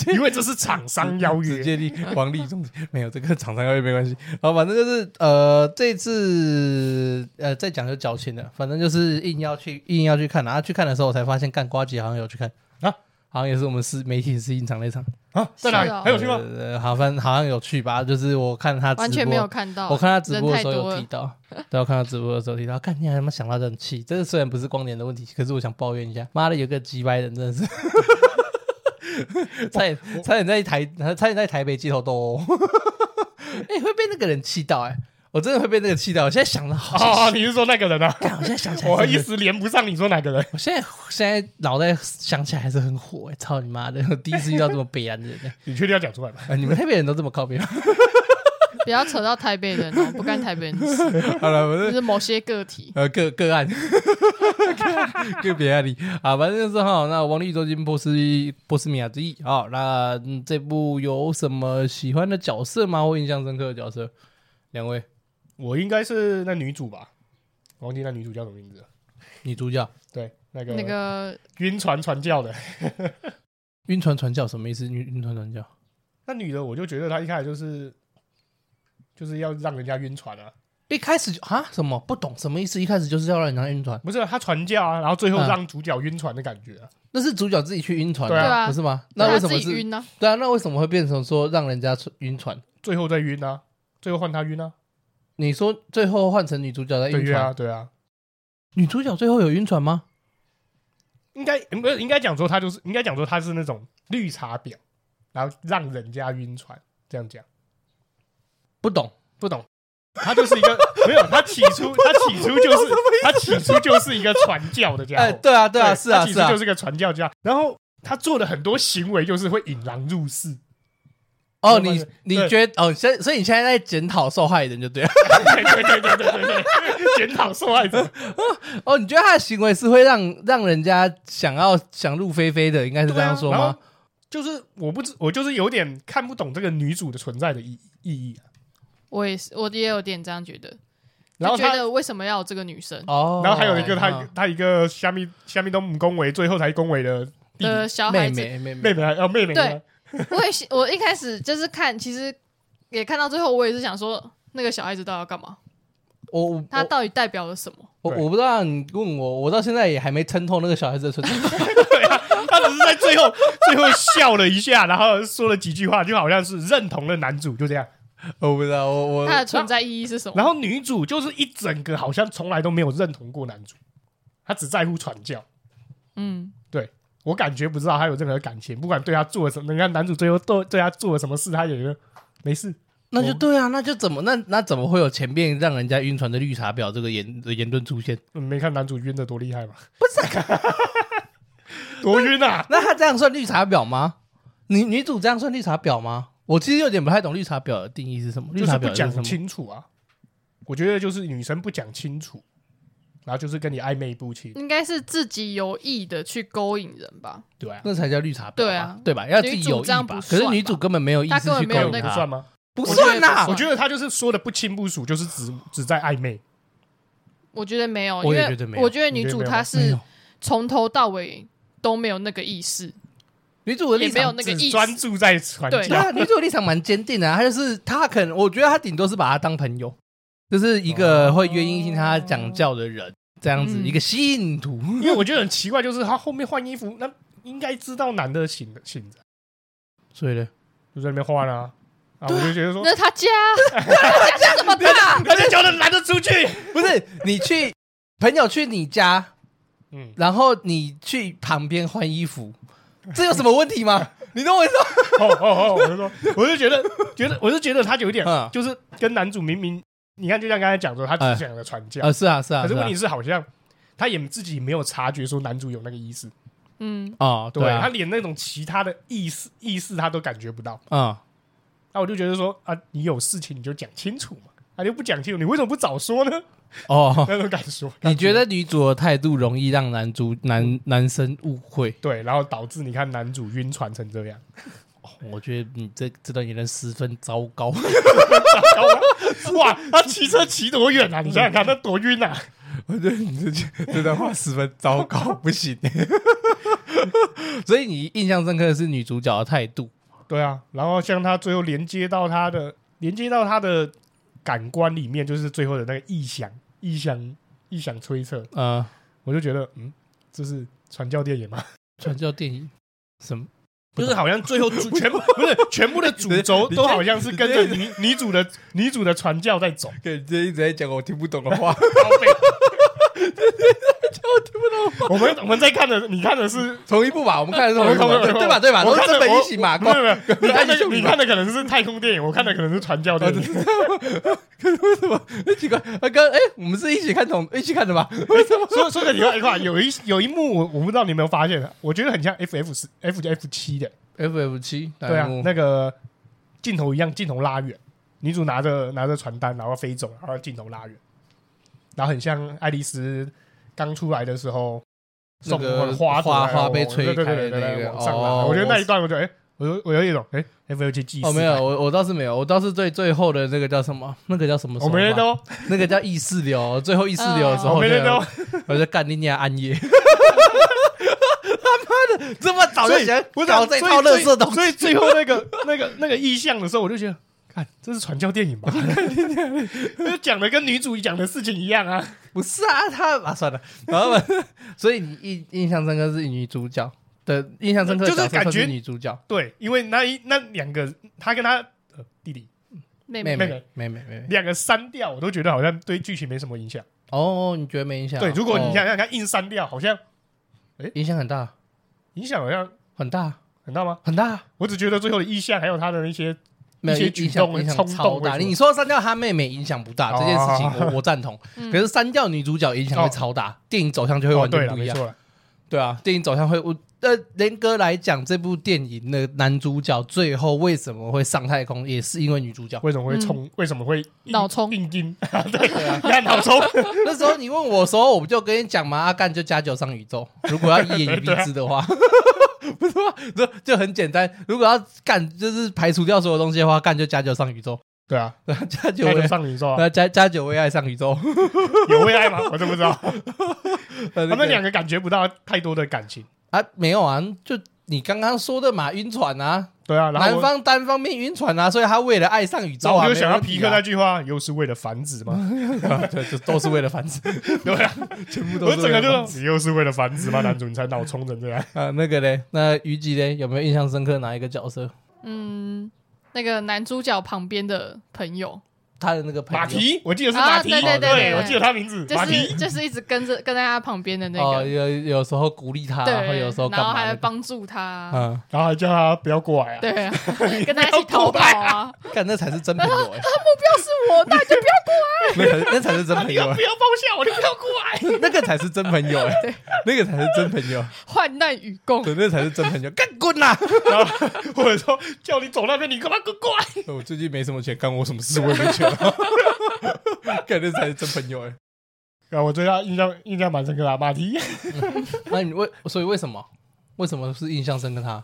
[SPEAKER 2] 因为这是厂商邀
[SPEAKER 1] 直
[SPEAKER 2] 约。
[SPEAKER 1] 接立王力中没有这个厂商邀约没关系。然后反正就是呃，这次呃再讲就矫情了，反正就是硬要去硬要去看，啊然后去看的时候我才发现，干瓜姐好像有去看
[SPEAKER 2] 啊。
[SPEAKER 1] 好像也是我们是媒体试映场那场，
[SPEAKER 2] 啊，在哪里？
[SPEAKER 3] 是哦
[SPEAKER 2] 还有去吗？
[SPEAKER 1] 呃，好，反正好像有去吧，就是我看他直播
[SPEAKER 3] 完全没有看到，
[SPEAKER 1] 我看他直播的
[SPEAKER 3] 哦人
[SPEAKER 1] 时
[SPEAKER 3] 太
[SPEAKER 1] 候
[SPEAKER 3] 多
[SPEAKER 1] 有提
[SPEAKER 3] 了，
[SPEAKER 1] 到，对，我看他直播的时候提到，看你还有没有想到这种气？这个虽然不是光年的问题，可是我想抱怨一下，妈的，有个鸡掰人真的是，差点差点在台差点在台北街头斗殴， <laughs> 哎、会被那个人气到哎、我真的会被那个气到，我现在想的好像
[SPEAKER 2] 哦，你是说那个人啊？
[SPEAKER 1] 干，我现在想起来，
[SPEAKER 2] <laughs> 我一时连不上你说哪个 <laughs> 人。
[SPEAKER 1] 我现在现在脑袋想起来还是很火哎、操你
[SPEAKER 2] <laughs>
[SPEAKER 1] 妈的，我第一次遇到这么北安的人、哎
[SPEAKER 2] 你确定要讲出来吗？
[SPEAKER 1] 呃你们台北人都这么靠边吗？
[SPEAKER 3] 不要扯到台北人哦，不干台北人的事，
[SPEAKER 1] 好了，不
[SPEAKER 3] 就是是某些
[SPEAKER 1] <laughs>
[SPEAKER 3] 个体。
[SPEAKER 1] 呃个个案，个别案例啊，反正就是哈，那王力周金波斯波斯米亚之翼啊，那嗯这部有什么喜欢的角色吗？或印象深刻的角色？两位
[SPEAKER 2] 我应该是那女主吧，我忘记那女主叫什么名字了。
[SPEAKER 1] 女主角
[SPEAKER 2] 对，那个
[SPEAKER 3] 那个
[SPEAKER 2] 晕船传教的 <laughs>
[SPEAKER 1] 晕船传教什么意思？晕晕船传教
[SPEAKER 2] 那女的，我就觉得她一开始就是就是要让人家晕船啊，
[SPEAKER 1] 一开始就啊什么不懂什么意思？一开始就是要让人家晕船，
[SPEAKER 2] 不是她传教啊，然后最后
[SPEAKER 1] 嗯
[SPEAKER 2] 让主角晕船的感觉啊。
[SPEAKER 1] 那是主角自己去晕船的，
[SPEAKER 2] 对啊
[SPEAKER 3] 对啊
[SPEAKER 1] 不是吗？那
[SPEAKER 3] 他
[SPEAKER 1] 为什
[SPEAKER 3] 自
[SPEAKER 1] 么
[SPEAKER 3] 己
[SPEAKER 1] 是？
[SPEAKER 3] 晕呢？
[SPEAKER 1] 对啊，那为什么会变成说让人家晕船？
[SPEAKER 2] 最后再晕啊，最后换她晕啊，
[SPEAKER 1] 你说最后换成女主角在
[SPEAKER 2] 对
[SPEAKER 1] 晕
[SPEAKER 2] 晕
[SPEAKER 1] 船，
[SPEAKER 2] 啊，对啊，
[SPEAKER 1] 女主角最后有晕船吗？
[SPEAKER 2] 应该嗯不是应该讲说她就是应该讲说她是那种绿茶婊，然后让人家晕船，这样讲
[SPEAKER 1] 不懂，
[SPEAKER 2] 不懂。她就是一个没有，她起初她起初就是她起初就是一个传教的家伙，
[SPEAKER 1] 哎，对啊，对啊，
[SPEAKER 2] 对
[SPEAKER 1] 是啊，
[SPEAKER 2] 他其
[SPEAKER 1] 是
[SPEAKER 2] 实
[SPEAKER 1] 啊
[SPEAKER 2] 就，是个传教家。然后他做的很多行为就是会引狼入室，
[SPEAKER 1] 哦，
[SPEAKER 2] 没有
[SPEAKER 1] 你
[SPEAKER 2] 关系
[SPEAKER 1] 你
[SPEAKER 2] 对
[SPEAKER 1] 觉得哦，现所以你现在在检讨受害人就对了， <laughs>
[SPEAKER 2] 对对对对对对对，检讨受害者，
[SPEAKER 1] 哦，你觉得他的行为是会让让人家想要想入非非的，应该是这样说
[SPEAKER 2] 对啊然
[SPEAKER 1] 吗
[SPEAKER 2] 后？就是我不知我就是有点看不懂这个女主的存在的意意义啊、
[SPEAKER 3] 我也是，我也有点这样觉得，
[SPEAKER 2] 然后
[SPEAKER 3] 就觉
[SPEAKER 2] 他，
[SPEAKER 3] 得为什么要有这个女生
[SPEAKER 1] 哦，
[SPEAKER 2] 然后还有一个他、
[SPEAKER 1] 嗯
[SPEAKER 2] 他一个虾米虾米都不恭维，最后才恭维的弟弟
[SPEAKER 3] 的小孩
[SPEAKER 1] 妹
[SPEAKER 3] 子？
[SPEAKER 1] 妹妹妹
[SPEAKER 2] 妹妹还，要妹妹
[SPEAKER 3] 对我也是我一开始就是看，其实也看到最后，我也是想说，那个小孩子到底要干嘛？
[SPEAKER 1] 我我
[SPEAKER 3] 他到底代表了什么？
[SPEAKER 1] 我
[SPEAKER 2] 对
[SPEAKER 1] 我不知道你问我，我到现在也还没撑透那个小孩子的存
[SPEAKER 3] <laughs>
[SPEAKER 1] 在。
[SPEAKER 2] 他只是在最后最后笑了一下，然后说了几句话，就好像是认同了男主，就这样。
[SPEAKER 1] 我不知道，我我
[SPEAKER 3] 他的存在意义是什
[SPEAKER 2] 然
[SPEAKER 3] 么？
[SPEAKER 2] 后女主就是一整个好像从来都没有认同过男主，她只在乎传教。
[SPEAKER 3] 嗯，
[SPEAKER 2] 我感觉不知道她有任何感情，不管对她做了什么，你看男主最后都对她做了什么事，她也觉得没事。
[SPEAKER 1] 那就对啊，那就怎么那那怎么会有前面让人家晕船的绿茶婊这个言的言论出现？
[SPEAKER 2] 嗯没看男主晕的多厉害吗？
[SPEAKER 3] 啊
[SPEAKER 2] 不是， <laughs> 多晕啊！
[SPEAKER 1] 那他这样算绿茶婊吗？女女主这样算绿茶婊吗？我其实有点不太懂绿茶婊的定义是什么。绿
[SPEAKER 2] 就
[SPEAKER 1] 茶
[SPEAKER 2] 是
[SPEAKER 1] 婊
[SPEAKER 2] 不
[SPEAKER 1] 是
[SPEAKER 2] 讲
[SPEAKER 1] 什么？
[SPEAKER 2] 清楚啊。我觉得就是女生不讲清楚，然后就是跟你暧昧不清，
[SPEAKER 3] 应该是自己有意的去勾引人吧？
[SPEAKER 2] 对啊，
[SPEAKER 1] 那才叫绿茶婊吧，
[SPEAKER 3] 对啊
[SPEAKER 1] 对吧？要自己有
[SPEAKER 3] 女主
[SPEAKER 1] 意
[SPEAKER 3] 这样
[SPEAKER 1] 吧。
[SPEAKER 3] 不
[SPEAKER 1] 可
[SPEAKER 3] 算
[SPEAKER 1] 是
[SPEAKER 3] 吧
[SPEAKER 1] 女主根本没有意
[SPEAKER 3] 她
[SPEAKER 1] 识
[SPEAKER 3] 根本
[SPEAKER 1] 去
[SPEAKER 3] 没有
[SPEAKER 1] 勾
[SPEAKER 3] 那
[SPEAKER 1] 引
[SPEAKER 2] 不
[SPEAKER 3] 个
[SPEAKER 1] 他
[SPEAKER 2] 算，吗？
[SPEAKER 1] 不
[SPEAKER 3] 我觉得
[SPEAKER 1] 算啊呐
[SPEAKER 3] 不
[SPEAKER 2] 我
[SPEAKER 3] 算
[SPEAKER 2] 觉得她就是说的不清不楚，就是只只在暧昧。
[SPEAKER 3] 我觉得没有，因
[SPEAKER 1] 我也
[SPEAKER 3] 为
[SPEAKER 1] 觉得没有
[SPEAKER 3] 我觉得女主她
[SPEAKER 1] 没
[SPEAKER 3] 是
[SPEAKER 1] 有
[SPEAKER 3] 从头到尾都没有那个意识，
[SPEAKER 1] 女主的立
[SPEAKER 3] 也没有
[SPEAKER 1] 场。
[SPEAKER 3] 那个
[SPEAKER 2] 只
[SPEAKER 3] 意
[SPEAKER 2] 专
[SPEAKER 3] 识。
[SPEAKER 2] 注在传
[SPEAKER 3] 对
[SPEAKER 1] 对
[SPEAKER 2] 教，
[SPEAKER 1] 啊，女主的立场蛮坚定的、啊，她就是她可能，我觉得她顶多是把她当朋友，就是一个会愿意听她讲教的人，这样子、
[SPEAKER 3] 嗯
[SPEAKER 1] 一个信徒。
[SPEAKER 2] 因为我觉得很奇怪，就是他后面换衣服，那应该知道男的醒的醒着，
[SPEAKER 1] <laughs> 所以呢，
[SPEAKER 2] 就在那边换啊。啊，我就觉
[SPEAKER 1] 哦
[SPEAKER 2] 得说，
[SPEAKER 3] 那
[SPEAKER 1] <laughs>
[SPEAKER 3] 她家，她家是什么大？
[SPEAKER 2] 他就叫那男的出去。 <laughs>
[SPEAKER 1] 不是你去朋友去你家，
[SPEAKER 2] 嗯，
[SPEAKER 1] 然后你去旁边换衣服，这有什么问题吗？ <laughs> 你懂我意思吗？
[SPEAKER 2] 哦哦哦，我就说，我就觉得，觉得，我就觉得他有点
[SPEAKER 1] 嗯，
[SPEAKER 2] 就是跟男主明明，你看，就像刚才讲说，他只想着传教，
[SPEAKER 1] 啊，是啊，是啊，
[SPEAKER 2] 可是
[SPEAKER 1] 啊
[SPEAKER 2] 问题是好像他也自己没有察觉说男主有那个意思，
[SPEAKER 3] 嗯，
[SPEAKER 1] 哦，
[SPEAKER 2] 对
[SPEAKER 1] 对
[SPEAKER 2] 他
[SPEAKER 1] 啊，
[SPEAKER 2] 连那种其他的意思意思他都感觉不到。
[SPEAKER 1] 嗯，
[SPEAKER 2] 那我就觉得说啊，你有事情你就讲清楚嘛，啊，你又不讲清楚，你为什么不早说呢？
[SPEAKER 1] 哦，
[SPEAKER 2] 那种感受，
[SPEAKER 1] 你觉得女主的态度容易让男主男男生误会？
[SPEAKER 2] 对，然后导致你看男主晕船成这样，
[SPEAKER 1] 哦我觉得你这这段言论十分糟糕。
[SPEAKER 2] 哇，他骑车骑多远啊？你想想看，他多晕啊！
[SPEAKER 1] <laughs> 我觉得你这句这段话十分糟糕，不行。 <laughs> 所以你印象深刻的是女主角的态度，
[SPEAKER 2] 对啊，然后像他最后连接到他的连接到他的感官里面，就是最后的那个臆想、臆想、臆想推测，
[SPEAKER 1] 呃，
[SPEAKER 2] 我就觉得，嗯，这是传教电影吗？ <laughs>
[SPEAKER 1] 传教电影什么？
[SPEAKER 2] 就是好像最后主全部不是全部的主轴都好像是跟着女女主的女主的传教在走，
[SPEAKER 1] 对，这一直在讲我听不懂的话。 <laughs>
[SPEAKER 2] 靠背。我们我们在看的，你看的是
[SPEAKER 1] 同一部吧，我们看的是
[SPEAKER 2] 我
[SPEAKER 1] 同一
[SPEAKER 2] 们
[SPEAKER 1] 部吧，对吧？对吧？
[SPEAKER 2] 我
[SPEAKER 1] 都是
[SPEAKER 2] 看的
[SPEAKER 1] 正本一起嘛。
[SPEAKER 2] 我没有没有，你看
[SPEAKER 1] 太
[SPEAKER 2] 的
[SPEAKER 1] 凶了
[SPEAKER 2] 你看的可能是太空电影，我看的可能是传教
[SPEAKER 1] 哦
[SPEAKER 2] 电
[SPEAKER 1] 对
[SPEAKER 2] 影。
[SPEAKER 1] 对对可是为什么？很奇怪，啊跟哎，我们是一起看同一起看 <laughs> 的吧？为什么？
[SPEAKER 2] 说说个题外话，有一有一幕我我不知道你有没有发现，我觉得很像 F F 十 F F 七的，
[SPEAKER 1] F F 七，
[SPEAKER 2] 啊对啊，那个镜头一样，镜头拉远，女主拿着拿着传单，然后飞走，然后镜头拉远，然后很像爱丽丝刚出来的时候
[SPEAKER 1] 那
[SPEAKER 2] 送
[SPEAKER 1] 个
[SPEAKER 2] 花朵
[SPEAKER 1] 花
[SPEAKER 2] 然后
[SPEAKER 1] 花被
[SPEAKER 2] 往
[SPEAKER 1] 吹
[SPEAKER 2] 对对
[SPEAKER 1] 开
[SPEAKER 2] 对
[SPEAKER 1] 的
[SPEAKER 2] 对
[SPEAKER 1] 那
[SPEAKER 2] 对
[SPEAKER 1] 个
[SPEAKER 2] 往上
[SPEAKER 1] 哦
[SPEAKER 2] 拉。我觉得那一段，我觉得哎，我有我有一种哎要不要去祭祀？
[SPEAKER 1] 哦，没有，，我我倒是没有，我倒是最最后的那个叫什么？那个叫什么手
[SPEAKER 2] 我
[SPEAKER 1] 法？
[SPEAKER 2] 每天都
[SPEAKER 1] 那个叫意识流，最后意识流的时候，
[SPEAKER 2] 我每天都
[SPEAKER 1] 我就干你娘暗 <laughs> 夜。他妈的，这么早就想
[SPEAKER 2] 我
[SPEAKER 1] 搞这套乐色东西，
[SPEAKER 2] 所以最后那个 <laughs> 那个那个意象的时候，我就觉得，看这是传教电影吧？ <laughs> 就讲的跟女主讲的事情一样啊。
[SPEAKER 1] 不是啊？他啊，算了，然后所以你印印象深刻是女主角的印象深刻的
[SPEAKER 2] 就是
[SPEAKER 1] 角色
[SPEAKER 2] 感觉
[SPEAKER 1] 算女主角
[SPEAKER 2] 对，因为那一那两个他跟他、呃、弟弟
[SPEAKER 3] 妹
[SPEAKER 1] 妹妹
[SPEAKER 3] 妹
[SPEAKER 2] 妹
[SPEAKER 1] 妹妹妹妹
[SPEAKER 2] 两个删掉，我都觉得好像对剧情没什么影响。
[SPEAKER 1] 哦，你觉得没影响啊？
[SPEAKER 2] 对，如果你
[SPEAKER 1] 哦
[SPEAKER 2] 想想看，硬删掉，好像
[SPEAKER 1] 影响很大
[SPEAKER 2] 影响好像
[SPEAKER 1] 很大
[SPEAKER 2] 很大吗？
[SPEAKER 1] 很大，
[SPEAKER 2] 我只觉得最后的意象还有他的那些，
[SPEAKER 1] 没有
[SPEAKER 2] 一些
[SPEAKER 1] 影
[SPEAKER 2] 举
[SPEAKER 1] 影响
[SPEAKER 2] 动
[SPEAKER 1] 影响
[SPEAKER 2] 冲
[SPEAKER 1] 超
[SPEAKER 2] 动
[SPEAKER 1] 大。
[SPEAKER 2] 为主
[SPEAKER 1] 你说删掉他妹妹影响不大
[SPEAKER 2] 哦
[SPEAKER 1] 这件事情，我我赞同。
[SPEAKER 3] 嗯
[SPEAKER 1] 可是删掉女主角影响会超大，电影走向就会
[SPEAKER 2] 哦，
[SPEAKER 1] 完
[SPEAKER 2] 对
[SPEAKER 1] 全
[SPEAKER 2] 了，
[SPEAKER 1] 不
[SPEAKER 2] 没
[SPEAKER 1] 一样。
[SPEAKER 2] 错了，
[SPEAKER 1] 对啊，电影走向会我呃，连哥来讲，这部电影的男主角最后为什么会上太空，也是因为女
[SPEAKER 2] <laughs>。
[SPEAKER 1] 主角
[SPEAKER 2] 为什么会冲？为什么会硬
[SPEAKER 3] 嗯脑冲
[SPEAKER 2] 硬
[SPEAKER 3] <laughs>
[SPEAKER 2] 钉？
[SPEAKER 1] 对啊，
[SPEAKER 2] 你看脑冲，
[SPEAKER 1] 那时候你问我的时候，我不就跟你讲嘛，阿干就加九上宇
[SPEAKER 2] <laughs>
[SPEAKER 1] 宙。如果要一眼以蔽之的话，不是吗？就就很简单。如果要干，就是排除掉所有东西的话，干就加九上宇宙， <laughs>
[SPEAKER 2] 对啊，
[SPEAKER 1] 加九
[SPEAKER 2] 开头
[SPEAKER 1] 为
[SPEAKER 2] 上哦你说啊
[SPEAKER 1] 那加加九为爱上宇宙。
[SPEAKER 2] 有为爱吗？我真不知
[SPEAKER 1] <laughs>
[SPEAKER 2] 道。
[SPEAKER 1] 他
[SPEAKER 2] 他们两个感觉不到太多的感情。
[SPEAKER 1] 啊，没有啊，就你刚刚说的嘛，晕船啊，
[SPEAKER 2] 对啊，然后
[SPEAKER 1] 男
[SPEAKER 2] 我
[SPEAKER 1] 方单方面晕船啊，所以他为了爱上宇宙
[SPEAKER 2] 然后
[SPEAKER 1] 啊，
[SPEAKER 2] 我就
[SPEAKER 1] 没
[SPEAKER 2] 想到
[SPEAKER 1] 问题
[SPEAKER 2] 皮
[SPEAKER 1] 啊
[SPEAKER 2] 克那句话，又是为了繁殖吗？
[SPEAKER 1] <laughs> 对，就啊都是为了繁
[SPEAKER 2] <laughs>
[SPEAKER 1] 殖，
[SPEAKER 2] 对啊，
[SPEAKER 1] 全部都
[SPEAKER 2] 我
[SPEAKER 1] 是
[SPEAKER 2] 整
[SPEAKER 1] 为了
[SPEAKER 2] 个
[SPEAKER 1] 繁
[SPEAKER 2] 就
[SPEAKER 1] 殖。
[SPEAKER 2] 是你又是为了繁殖吗？男主你才脑冲成这样，
[SPEAKER 1] 啊，那个嘞，那虞姬嘞，有没有印象深刻哪一个角色？
[SPEAKER 3] 嗯，那个男主角旁边的朋友，
[SPEAKER 1] 他的那个朋友
[SPEAKER 2] 马蹄，我记得是
[SPEAKER 3] 啊
[SPEAKER 2] 马蹄，
[SPEAKER 3] 对
[SPEAKER 1] 对对对
[SPEAKER 2] 我记得他名字
[SPEAKER 3] 就
[SPEAKER 2] 马蹄
[SPEAKER 3] 是。就是一直跟着跟在他旁边的那
[SPEAKER 1] 哦，
[SPEAKER 3] 个，
[SPEAKER 1] 有有时候鼓励他，然后
[SPEAKER 3] 对，
[SPEAKER 1] 有时候干
[SPEAKER 3] 然后
[SPEAKER 1] 嘛
[SPEAKER 3] 还
[SPEAKER 1] 那
[SPEAKER 3] 会
[SPEAKER 1] 个？
[SPEAKER 3] 帮助他，
[SPEAKER 1] 嗯，
[SPEAKER 2] 然后还叫他不要过来
[SPEAKER 1] <laughs>
[SPEAKER 2] 啊！
[SPEAKER 3] 对啊，跟他一起逃跑啊，
[SPEAKER 1] 干那才是真朋友
[SPEAKER 3] <laughs>
[SPEAKER 1] 哎，
[SPEAKER 3] 要是我，那就
[SPEAKER 1] 那才那才是真
[SPEAKER 2] 啊，
[SPEAKER 1] 朋
[SPEAKER 2] 你
[SPEAKER 1] 友
[SPEAKER 2] 要
[SPEAKER 1] 哎
[SPEAKER 3] <laughs>
[SPEAKER 2] 不，要放下我？你不要过来！
[SPEAKER 1] 那个才是真朋友哎，那个才是真朋友，
[SPEAKER 3] 患难与共，
[SPEAKER 1] 对，那才是真
[SPEAKER 3] <laughs>
[SPEAKER 1] 朋友，干滚啊呐！
[SPEAKER 2] <laughs> 然后或者说叫你走那边，你干嘛给我过
[SPEAKER 1] <laughs>
[SPEAKER 2] 来？
[SPEAKER 1] 我最近没什么钱，干我什么事？我也没钱， <laughs> 干那才是真朋友哎。
[SPEAKER 2] 啊，我对他印象印象蛮深刻的啊，马蹄。
[SPEAKER 1] <laughs> 那你为所以为什么为什么是印象深刻他？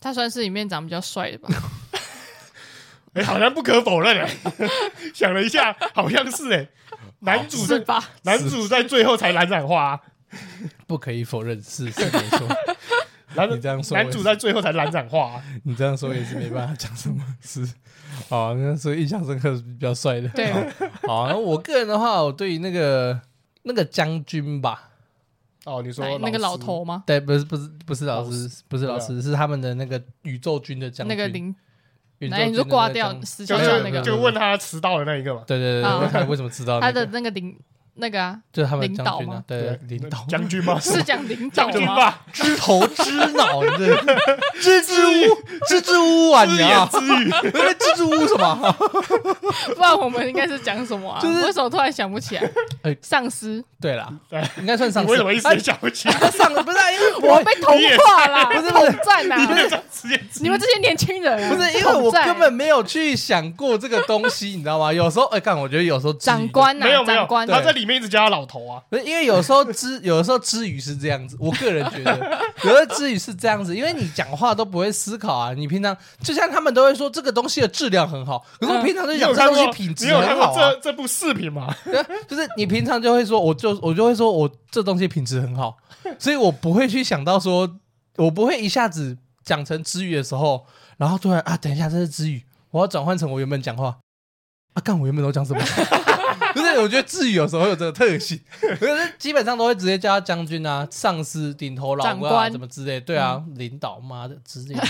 [SPEAKER 3] 他算是里面长比较
[SPEAKER 1] <laughs>
[SPEAKER 3] 帅的吧，
[SPEAKER 2] 哎，好像不可否认哎， <laughs> 想了一下，好像是 <laughs> 哎，男主
[SPEAKER 3] 是
[SPEAKER 2] 在
[SPEAKER 3] 吧？
[SPEAKER 2] 男主在最后才蓝染花啊，
[SPEAKER 1] 不可以否认，是 <laughs> 是没错。
[SPEAKER 2] 男
[SPEAKER 1] 你这样说，
[SPEAKER 2] 男主在最后才蓝染化啊，
[SPEAKER 1] 你这样说也是没办法讲什么事。好，那所以印象深刻是比较帅的。
[SPEAKER 3] 对
[SPEAKER 1] 好，那我个人的话，我对于那个那个将军吧，
[SPEAKER 2] 哦，你说
[SPEAKER 3] 那那
[SPEAKER 2] 师
[SPEAKER 3] 个老头吗？
[SPEAKER 1] 对，不是不是不是老
[SPEAKER 2] 老
[SPEAKER 1] 师，不是老师，是他们的那个宇宙军的将军。
[SPEAKER 3] 那个林，
[SPEAKER 1] 宇宙
[SPEAKER 3] 哎，
[SPEAKER 1] 军
[SPEAKER 3] 你
[SPEAKER 1] 的那
[SPEAKER 3] 说
[SPEAKER 1] 个
[SPEAKER 3] 挂
[SPEAKER 1] 将
[SPEAKER 3] 掉
[SPEAKER 1] 军
[SPEAKER 3] 死
[SPEAKER 2] 就
[SPEAKER 3] 掉
[SPEAKER 1] 没有
[SPEAKER 3] 的
[SPEAKER 1] 没
[SPEAKER 3] 那
[SPEAKER 1] 有
[SPEAKER 2] 就
[SPEAKER 3] 个，
[SPEAKER 2] 就问他迟到的那一个嘛，
[SPEAKER 1] 对对对对，
[SPEAKER 3] 啊
[SPEAKER 1] 那他为什么知道
[SPEAKER 3] 他
[SPEAKER 1] 哦那
[SPEAKER 3] 的
[SPEAKER 1] 个？
[SPEAKER 3] 那个领那
[SPEAKER 1] <laughs>
[SPEAKER 3] 个啊，
[SPEAKER 1] 就是他们
[SPEAKER 3] 领
[SPEAKER 1] 的
[SPEAKER 3] 导
[SPEAKER 1] 将军啊
[SPEAKER 3] 吗，
[SPEAKER 1] 对领 <laughs> 导
[SPEAKER 2] 将军吗？
[SPEAKER 3] 是讲领导
[SPEAKER 2] 将军
[SPEAKER 3] 吗？
[SPEAKER 2] 吧，
[SPEAKER 1] 知头知脑，你这支支吾支支吾啊
[SPEAKER 2] 自
[SPEAKER 1] 你
[SPEAKER 2] 言
[SPEAKER 1] 啊！
[SPEAKER 2] 自语，
[SPEAKER 1] 那支支吾吾什么？
[SPEAKER 3] 不然我们应该是讲什么啊？
[SPEAKER 1] 就是
[SPEAKER 3] 为什么突然想不起来
[SPEAKER 1] <laughs> 哎？
[SPEAKER 3] 丧
[SPEAKER 1] <laughs>
[SPEAKER 3] 尸，
[SPEAKER 1] <laughs> 对啦
[SPEAKER 2] 对，
[SPEAKER 1] 应该算上
[SPEAKER 2] 你
[SPEAKER 1] 司。
[SPEAKER 2] 为什么一时
[SPEAKER 1] 啊
[SPEAKER 2] 也想不起来？
[SPEAKER 1] 他上不是啊因为
[SPEAKER 3] 我
[SPEAKER 1] 我
[SPEAKER 3] 被同化啦，
[SPEAKER 1] 不是不
[SPEAKER 3] 统
[SPEAKER 1] 是
[SPEAKER 3] 战
[SPEAKER 1] 你不
[SPEAKER 3] 啊！
[SPEAKER 1] 是
[SPEAKER 2] 自言自
[SPEAKER 3] <laughs> 你们这些年轻人啊，
[SPEAKER 1] 不
[SPEAKER 3] <laughs>
[SPEAKER 1] 是因为我
[SPEAKER 3] 统战
[SPEAKER 1] 根本没有去想过这个东西，你知道吗？有时候哎，干我觉得有时候之余
[SPEAKER 3] 长，官
[SPEAKER 2] 没有
[SPEAKER 3] 啊，
[SPEAKER 2] 没有
[SPEAKER 3] 长，官
[SPEAKER 2] 他
[SPEAKER 3] 啊，
[SPEAKER 2] 在里面一直叫他老头啊，
[SPEAKER 1] 不是因为有时候之 <laughs> 有时候之余是这样子，我个人觉得有时候之余是这样子，因为你讲话都不会思考啊，你平常就像他们都会说这个东西的质量很好，可是我
[SPEAKER 3] 嗯
[SPEAKER 1] 平常就
[SPEAKER 2] 你
[SPEAKER 1] 讲
[SPEAKER 2] 有
[SPEAKER 1] 这
[SPEAKER 2] 看
[SPEAKER 1] 东
[SPEAKER 2] 过
[SPEAKER 1] 西品
[SPEAKER 2] 你
[SPEAKER 1] 质
[SPEAKER 2] 有看
[SPEAKER 1] 很
[SPEAKER 2] 过
[SPEAKER 1] 好啊
[SPEAKER 2] 这，这部视频吗？
[SPEAKER 1] 对啊就是你平常就会说，我就我就会说我这东西品质很好，所以我不会去想到说，我不会一下子讲成知语的时候，然后突然啊，等一下这是知语，我要转换成我原本讲话啊，干我原本都讲什么？ <laughs> 就是我觉得智语有时候会有这个特性，可是基本上都会直接叫他将军啊、上司、顶头老
[SPEAKER 3] 长
[SPEAKER 1] 官啊
[SPEAKER 3] 官嗯
[SPEAKER 1] 什么之类，对啊，领导妈的之类的。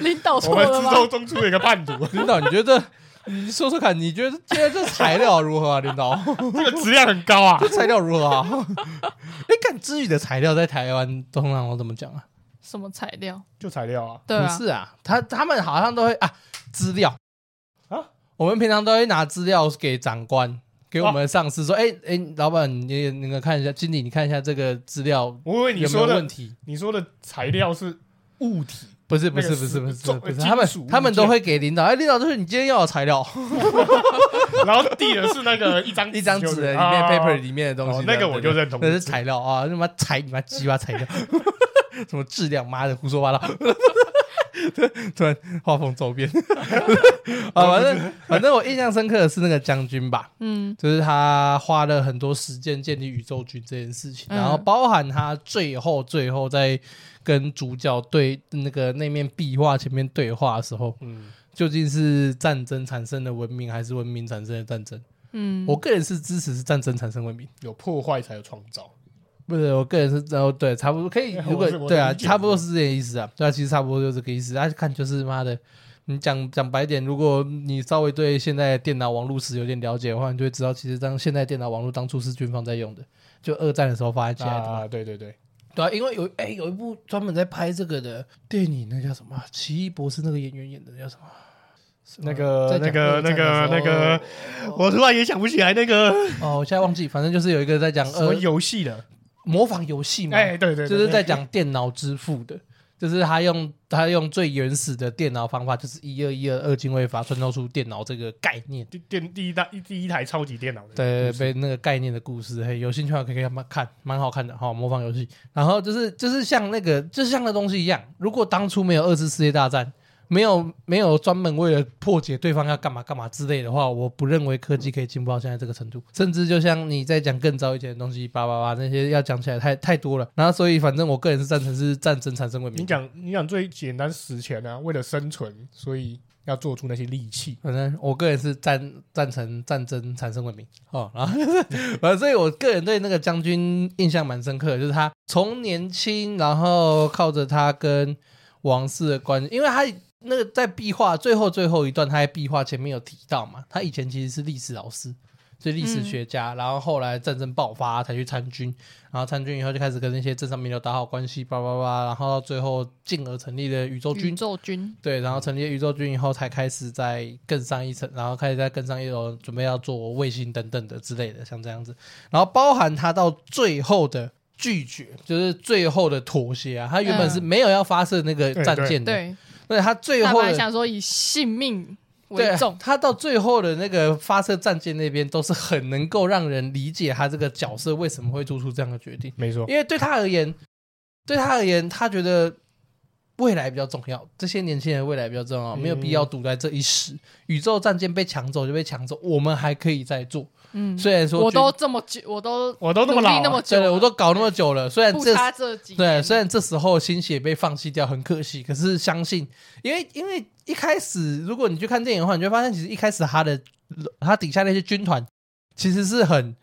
[SPEAKER 3] 领导
[SPEAKER 2] 我
[SPEAKER 3] 错
[SPEAKER 2] 们
[SPEAKER 3] 了
[SPEAKER 2] 之中
[SPEAKER 3] 吗？
[SPEAKER 2] 中出了一个叛徒，
[SPEAKER 1] 领导，你觉得 <laughs> 你说说看，你觉得今天这材料如何啊？领导？
[SPEAKER 2] 这个质量很高啊
[SPEAKER 1] 这， <laughs> 材料如何啊？哎，干知语的材料在台湾通常都怎么讲啊？
[SPEAKER 3] 什么材料？
[SPEAKER 2] 就材料啊，
[SPEAKER 3] 对啊
[SPEAKER 1] 不，是啊，他他们好像都会啊，资料
[SPEAKER 2] 啊，
[SPEAKER 1] 我们平常都会拿资料给长官。给我们的上
[SPEAKER 2] 哦
[SPEAKER 1] 司说：“哎、哎、老板，你那个看一下，经理，你看一下这个资料
[SPEAKER 2] 我以为你
[SPEAKER 1] 有没
[SPEAKER 2] 说
[SPEAKER 1] 有问
[SPEAKER 2] 的
[SPEAKER 1] 题？
[SPEAKER 2] 你说的材料是物体，
[SPEAKER 1] 不是不
[SPEAKER 2] 那
[SPEAKER 1] 是
[SPEAKER 2] 个
[SPEAKER 1] 不是
[SPEAKER 2] 是
[SPEAKER 1] 不是
[SPEAKER 2] 重
[SPEAKER 1] 不是，
[SPEAKER 2] 金
[SPEAKER 1] 他们
[SPEAKER 2] 属
[SPEAKER 1] 他们
[SPEAKER 2] 物
[SPEAKER 1] 都
[SPEAKER 2] 件
[SPEAKER 1] 会给领导，哎，领导就是你今天要的材料，
[SPEAKER 2] 然后递的是那个一张
[SPEAKER 1] 一张纸
[SPEAKER 2] 就是
[SPEAKER 1] 的里面
[SPEAKER 2] 啊
[SPEAKER 1] paper 里面的东西
[SPEAKER 2] 哦，
[SPEAKER 1] 这
[SPEAKER 2] 那
[SPEAKER 1] 样
[SPEAKER 2] 个我就
[SPEAKER 1] 对
[SPEAKER 2] 认同，
[SPEAKER 1] 那是材料啊，他妈材你妈鸡巴材料，什么质量，妈的胡说八道。突然画风周 <laughs> 边啊，反正反正我印象深刻的是那个将军吧，
[SPEAKER 3] 嗯
[SPEAKER 1] 就是他花了很多时间建立宇宙军这件事情，
[SPEAKER 3] 嗯
[SPEAKER 1] 然后包含他最后最后在跟主角对那个那面壁画前面对话的时候，
[SPEAKER 2] 嗯，
[SPEAKER 1] 究竟是战争产生的文明，还是文明产生的战争？
[SPEAKER 3] 嗯，
[SPEAKER 1] 我个人是支持是战争产生文明，
[SPEAKER 2] 有破坏才有创造，
[SPEAKER 1] 不是我个人是哦对，差不多可以，
[SPEAKER 2] 哎
[SPEAKER 1] 如果
[SPEAKER 2] 我是我
[SPEAKER 1] 对啊，
[SPEAKER 2] 理解
[SPEAKER 1] 差不多是这个意思啊，对啊，其实差不多就是这个意思。啊，看就是妈的，你讲讲白点，如果你稍微对现在的电脑网络史有点了解的话，你就会知道，其实当现在电脑网络当初是军方在用的，就二战的时候发展起来的嘛。
[SPEAKER 2] 啊，对对对，
[SPEAKER 1] 对啊，因为有哎、有一部专门在拍这个的电影，那叫什么啊？奇异博士那个演员演的叫什么？什么
[SPEAKER 2] 那个
[SPEAKER 1] 在
[SPEAKER 2] 那
[SPEAKER 1] 讲
[SPEAKER 2] 个
[SPEAKER 1] 二战
[SPEAKER 2] 那
[SPEAKER 1] 的时
[SPEAKER 2] 个
[SPEAKER 1] 候
[SPEAKER 2] 那个，我突然也想不起来那个
[SPEAKER 1] 哦，我现在忘记，反正就是有一个在讲
[SPEAKER 2] 什么
[SPEAKER 1] 呃
[SPEAKER 2] 游戏了，
[SPEAKER 1] 模仿游戏嘛，
[SPEAKER 2] 哎，对对，对
[SPEAKER 1] 就是在讲电脑之父的， <laughs> 就是他用他用最原始的电脑方法，就是一二一二二进位法，创造出电脑这个概念。
[SPEAKER 2] 第电第一代第一台超级电脑的，
[SPEAKER 1] 对，被那个概念的故事，嘿，有兴趣的话可以看，看蛮好看的哈、模仿游戏。然后就是就是像那个，就是像那东西一样，如果当初没有二次世界大战，没有 <laughs> 没有专门为了破解对方要干嘛干嘛之类的话，我不认为科技可以进步到现在这个程度。甚至就像你在讲更早以前的东西，叭叭叭那些要讲起来太太多了。然后所以反正我个人是赞成是战争产生文明。
[SPEAKER 2] 你讲你讲最简单史前啊，为了生存，所以要做出那些利器。
[SPEAKER 1] 反正我个人是赞赞成战争产生文明哦，然后就是，呃，所以我个人对那个将军印象蛮深刻的，就是他从年轻，然后靠着他跟王室的关系，因为他那个在壁画最后最后一段，他在壁画前面有提到嘛，他以前其实是历史老师，所以历史学家，然后后来战争爆发才去参军，然后参军以后就开始跟那些政商名流打好关系，叭叭叭，然后到最后进而成立了宇宙军
[SPEAKER 3] 宇。宙军，
[SPEAKER 1] 对，然后成立宇宙军以后，才开始再更上一层，然后开始再更上一楼，准备要做卫星等等的之类的，像这样子。然后包含他到最后的拒绝，就是最后的妥协啊，他原本是没有要发射那个
[SPEAKER 2] 嗯
[SPEAKER 1] 战舰的，
[SPEAKER 3] 嗯对，
[SPEAKER 1] 对他最
[SPEAKER 3] 他
[SPEAKER 1] 后
[SPEAKER 3] 本来
[SPEAKER 1] 的。
[SPEAKER 3] 想说以性命为
[SPEAKER 1] 对啊
[SPEAKER 3] 重，，
[SPEAKER 1] <laughs> 他到最后的那个发射战舰那边，都是很能够让人理解他这个角色为什么会做出这样的决定。
[SPEAKER 2] 没错，
[SPEAKER 1] 因为对他而言，对他而言，他觉得未来比较重要，这些年轻人未来比较重要，
[SPEAKER 2] 嗯
[SPEAKER 1] 没有必要赌在这一时。宇宙战舰被抢走就被抢走，我们还可以再做。
[SPEAKER 3] 嗯，
[SPEAKER 1] 虽然说
[SPEAKER 3] 我都这么久，我都
[SPEAKER 2] 我都那么
[SPEAKER 3] 努
[SPEAKER 2] 老啊
[SPEAKER 3] 力那
[SPEAKER 2] 了
[SPEAKER 3] 么
[SPEAKER 1] 对
[SPEAKER 3] 久
[SPEAKER 1] 了，
[SPEAKER 3] 了，
[SPEAKER 1] 我都搞那么久了，虽然
[SPEAKER 3] 不
[SPEAKER 1] 这
[SPEAKER 3] 差这几
[SPEAKER 1] 对，
[SPEAKER 3] 年
[SPEAKER 1] 虽然这时候心血被放弃掉很可惜，可是相信，因为因为一开始如果你去看电影的话，你就会发现其实一开始他的他底下那些军团其实是很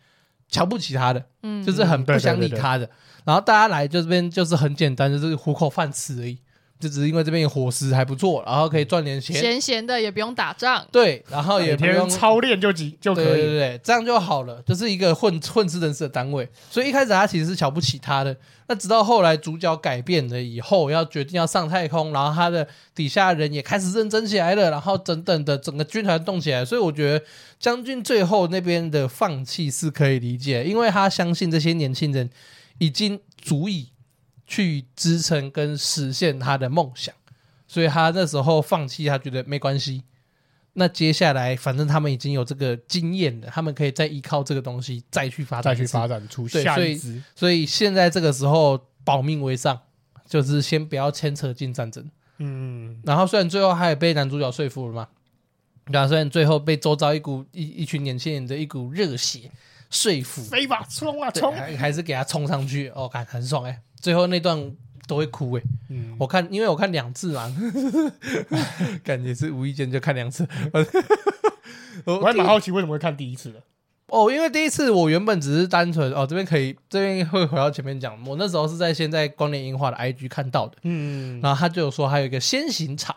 [SPEAKER 1] 瞧不起他的，
[SPEAKER 3] 嗯
[SPEAKER 1] 就是很不想
[SPEAKER 2] 对
[SPEAKER 1] 理
[SPEAKER 2] 对对对
[SPEAKER 1] 他的。然后大家来这边就是很简单，就是糊口饭吃而已，就只是因为这边有伙食还不错，然后可以赚点钱，
[SPEAKER 3] 闲闲的也不用打仗，
[SPEAKER 1] 对，然后也
[SPEAKER 2] 每
[SPEAKER 1] 不用
[SPEAKER 2] 天操练就几就
[SPEAKER 1] 对
[SPEAKER 2] 可
[SPEAKER 1] 对对
[SPEAKER 2] 以。
[SPEAKER 1] 对，这样就好了，就是一个混混吃人事的单位。所以一开始他其实是瞧不起他的，那直到后来主角改变了以后，要决定要上太空，然后他的底下人也开始认真起来了，然后等等的整个军团动起来。所以我觉得将军最后那边的放弃是可以理解，因为他相信这些年轻人已经足以去支撑跟实现他的梦想，所以他那时候放弃，他觉得没关系。那接下来，反正他们已经有这个经验了，他们可以再依靠这个东西再去发展，
[SPEAKER 2] 再去发。展出
[SPEAKER 1] 对
[SPEAKER 2] 下
[SPEAKER 1] 所
[SPEAKER 2] 一
[SPEAKER 1] 以
[SPEAKER 2] 支，
[SPEAKER 1] 所以现在这个时候保命为上，就是先不要牵扯进战争。
[SPEAKER 2] 嗯，
[SPEAKER 1] 然后虽然最后他也被男主角说服了嘛，然后虽然最后被周遭一股一一群年轻人的一股热血说服，
[SPEAKER 2] 飞吧，冲啊
[SPEAKER 1] 对
[SPEAKER 2] 冲！
[SPEAKER 1] 还还是给他冲上去，哦，感很爽哎、最后那段都会哭哎、
[SPEAKER 2] 嗯，
[SPEAKER 1] 我看，因为我看两次
[SPEAKER 2] <laughs>
[SPEAKER 1] 嘛，感觉是无意间就看两次。 <laughs> 我
[SPEAKER 2] 我还
[SPEAKER 1] 第一
[SPEAKER 2] 蛮好奇为什么会看第一次的。
[SPEAKER 1] 哦，因为第一次我原本只是单纯哦，这边可以，这边会回到前面讲，我那时候是在现在光年樱花的 IG 看到的，
[SPEAKER 2] 嗯，
[SPEAKER 1] 然后他就有说还有一个先行场，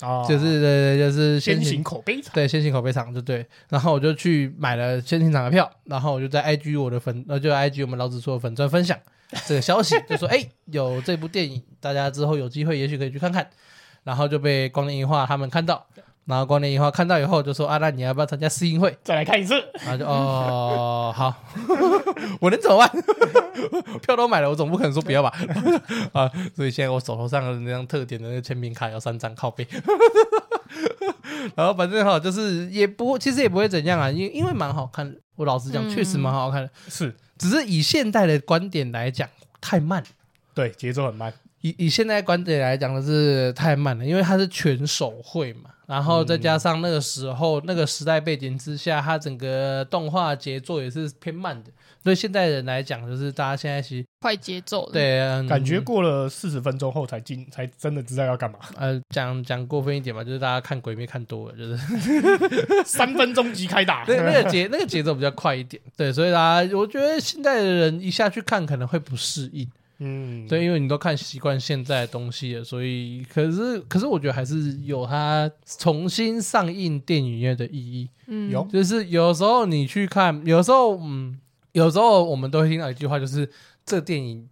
[SPEAKER 2] 啊
[SPEAKER 1] 就是对对，就是
[SPEAKER 2] 先
[SPEAKER 1] 行
[SPEAKER 2] 行口碑场，
[SPEAKER 1] 对，先行口碑场就对。然后我就去买了先行场的票，然后我就在 IG 我的粉，呃，就在 IG 我们老子说的粉钻分享这个消息，就说哎、有这部电影，大家之后有机会也许可以去看看。然后就被光年映画他们看到，然后光年一化看到以后就说：“啊，那你要不要参加试映会
[SPEAKER 2] 再来看一次。？”
[SPEAKER 1] 然后就哦，好， <laughs> 我能怎么办？ <laughs> 票都买了，我总不可能说不要吧？ <laughs> 啊，所以现在我手头上的那张特点的那个签名卡有三张靠背。 <laughs> 然后反正哈，就是也不，其实也不会怎样啊，因因为蛮好看的。我老实讲，
[SPEAKER 3] 嗯
[SPEAKER 1] 确实蛮好看的，
[SPEAKER 2] 是
[SPEAKER 1] 只是以现代的观点来讲，太慢了。
[SPEAKER 2] 对，节奏很慢，
[SPEAKER 1] 以以现在观点来讲的是太慢了，因为它是全手绘嘛，然后
[SPEAKER 2] 嗯
[SPEAKER 1] 再加上那个时候、那个时代背景之下，它整个动画节奏也是偏慢的。对现代人来讲，就是大家现在其实
[SPEAKER 3] 快节奏的，，
[SPEAKER 1] 对、嗯
[SPEAKER 2] 感觉过了四十分钟后才进，才真的知道要干嘛。
[SPEAKER 1] <laughs> 呃讲讲过分一点嘛，就是大家看鬼灭看多了，
[SPEAKER 2] <laughs>
[SPEAKER 1] 就是，
[SPEAKER 2] 三分钟即开打
[SPEAKER 1] 那那个节那个节奏比较快一点。对，所以大家我觉得现代的人一下去看可能会不适应。
[SPEAKER 2] 嗯，
[SPEAKER 1] 对，因为你都看习惯现在的东西了，所以可是可是我觉得还是有它重新上映电影院的意义。
[SPEAKER 3] 嗯，
[SPEAKER 2] 有
[SPEAKER 1] 就是有时候你去看，有时候嗯，有时候我们都会听到一句话，就是这电影。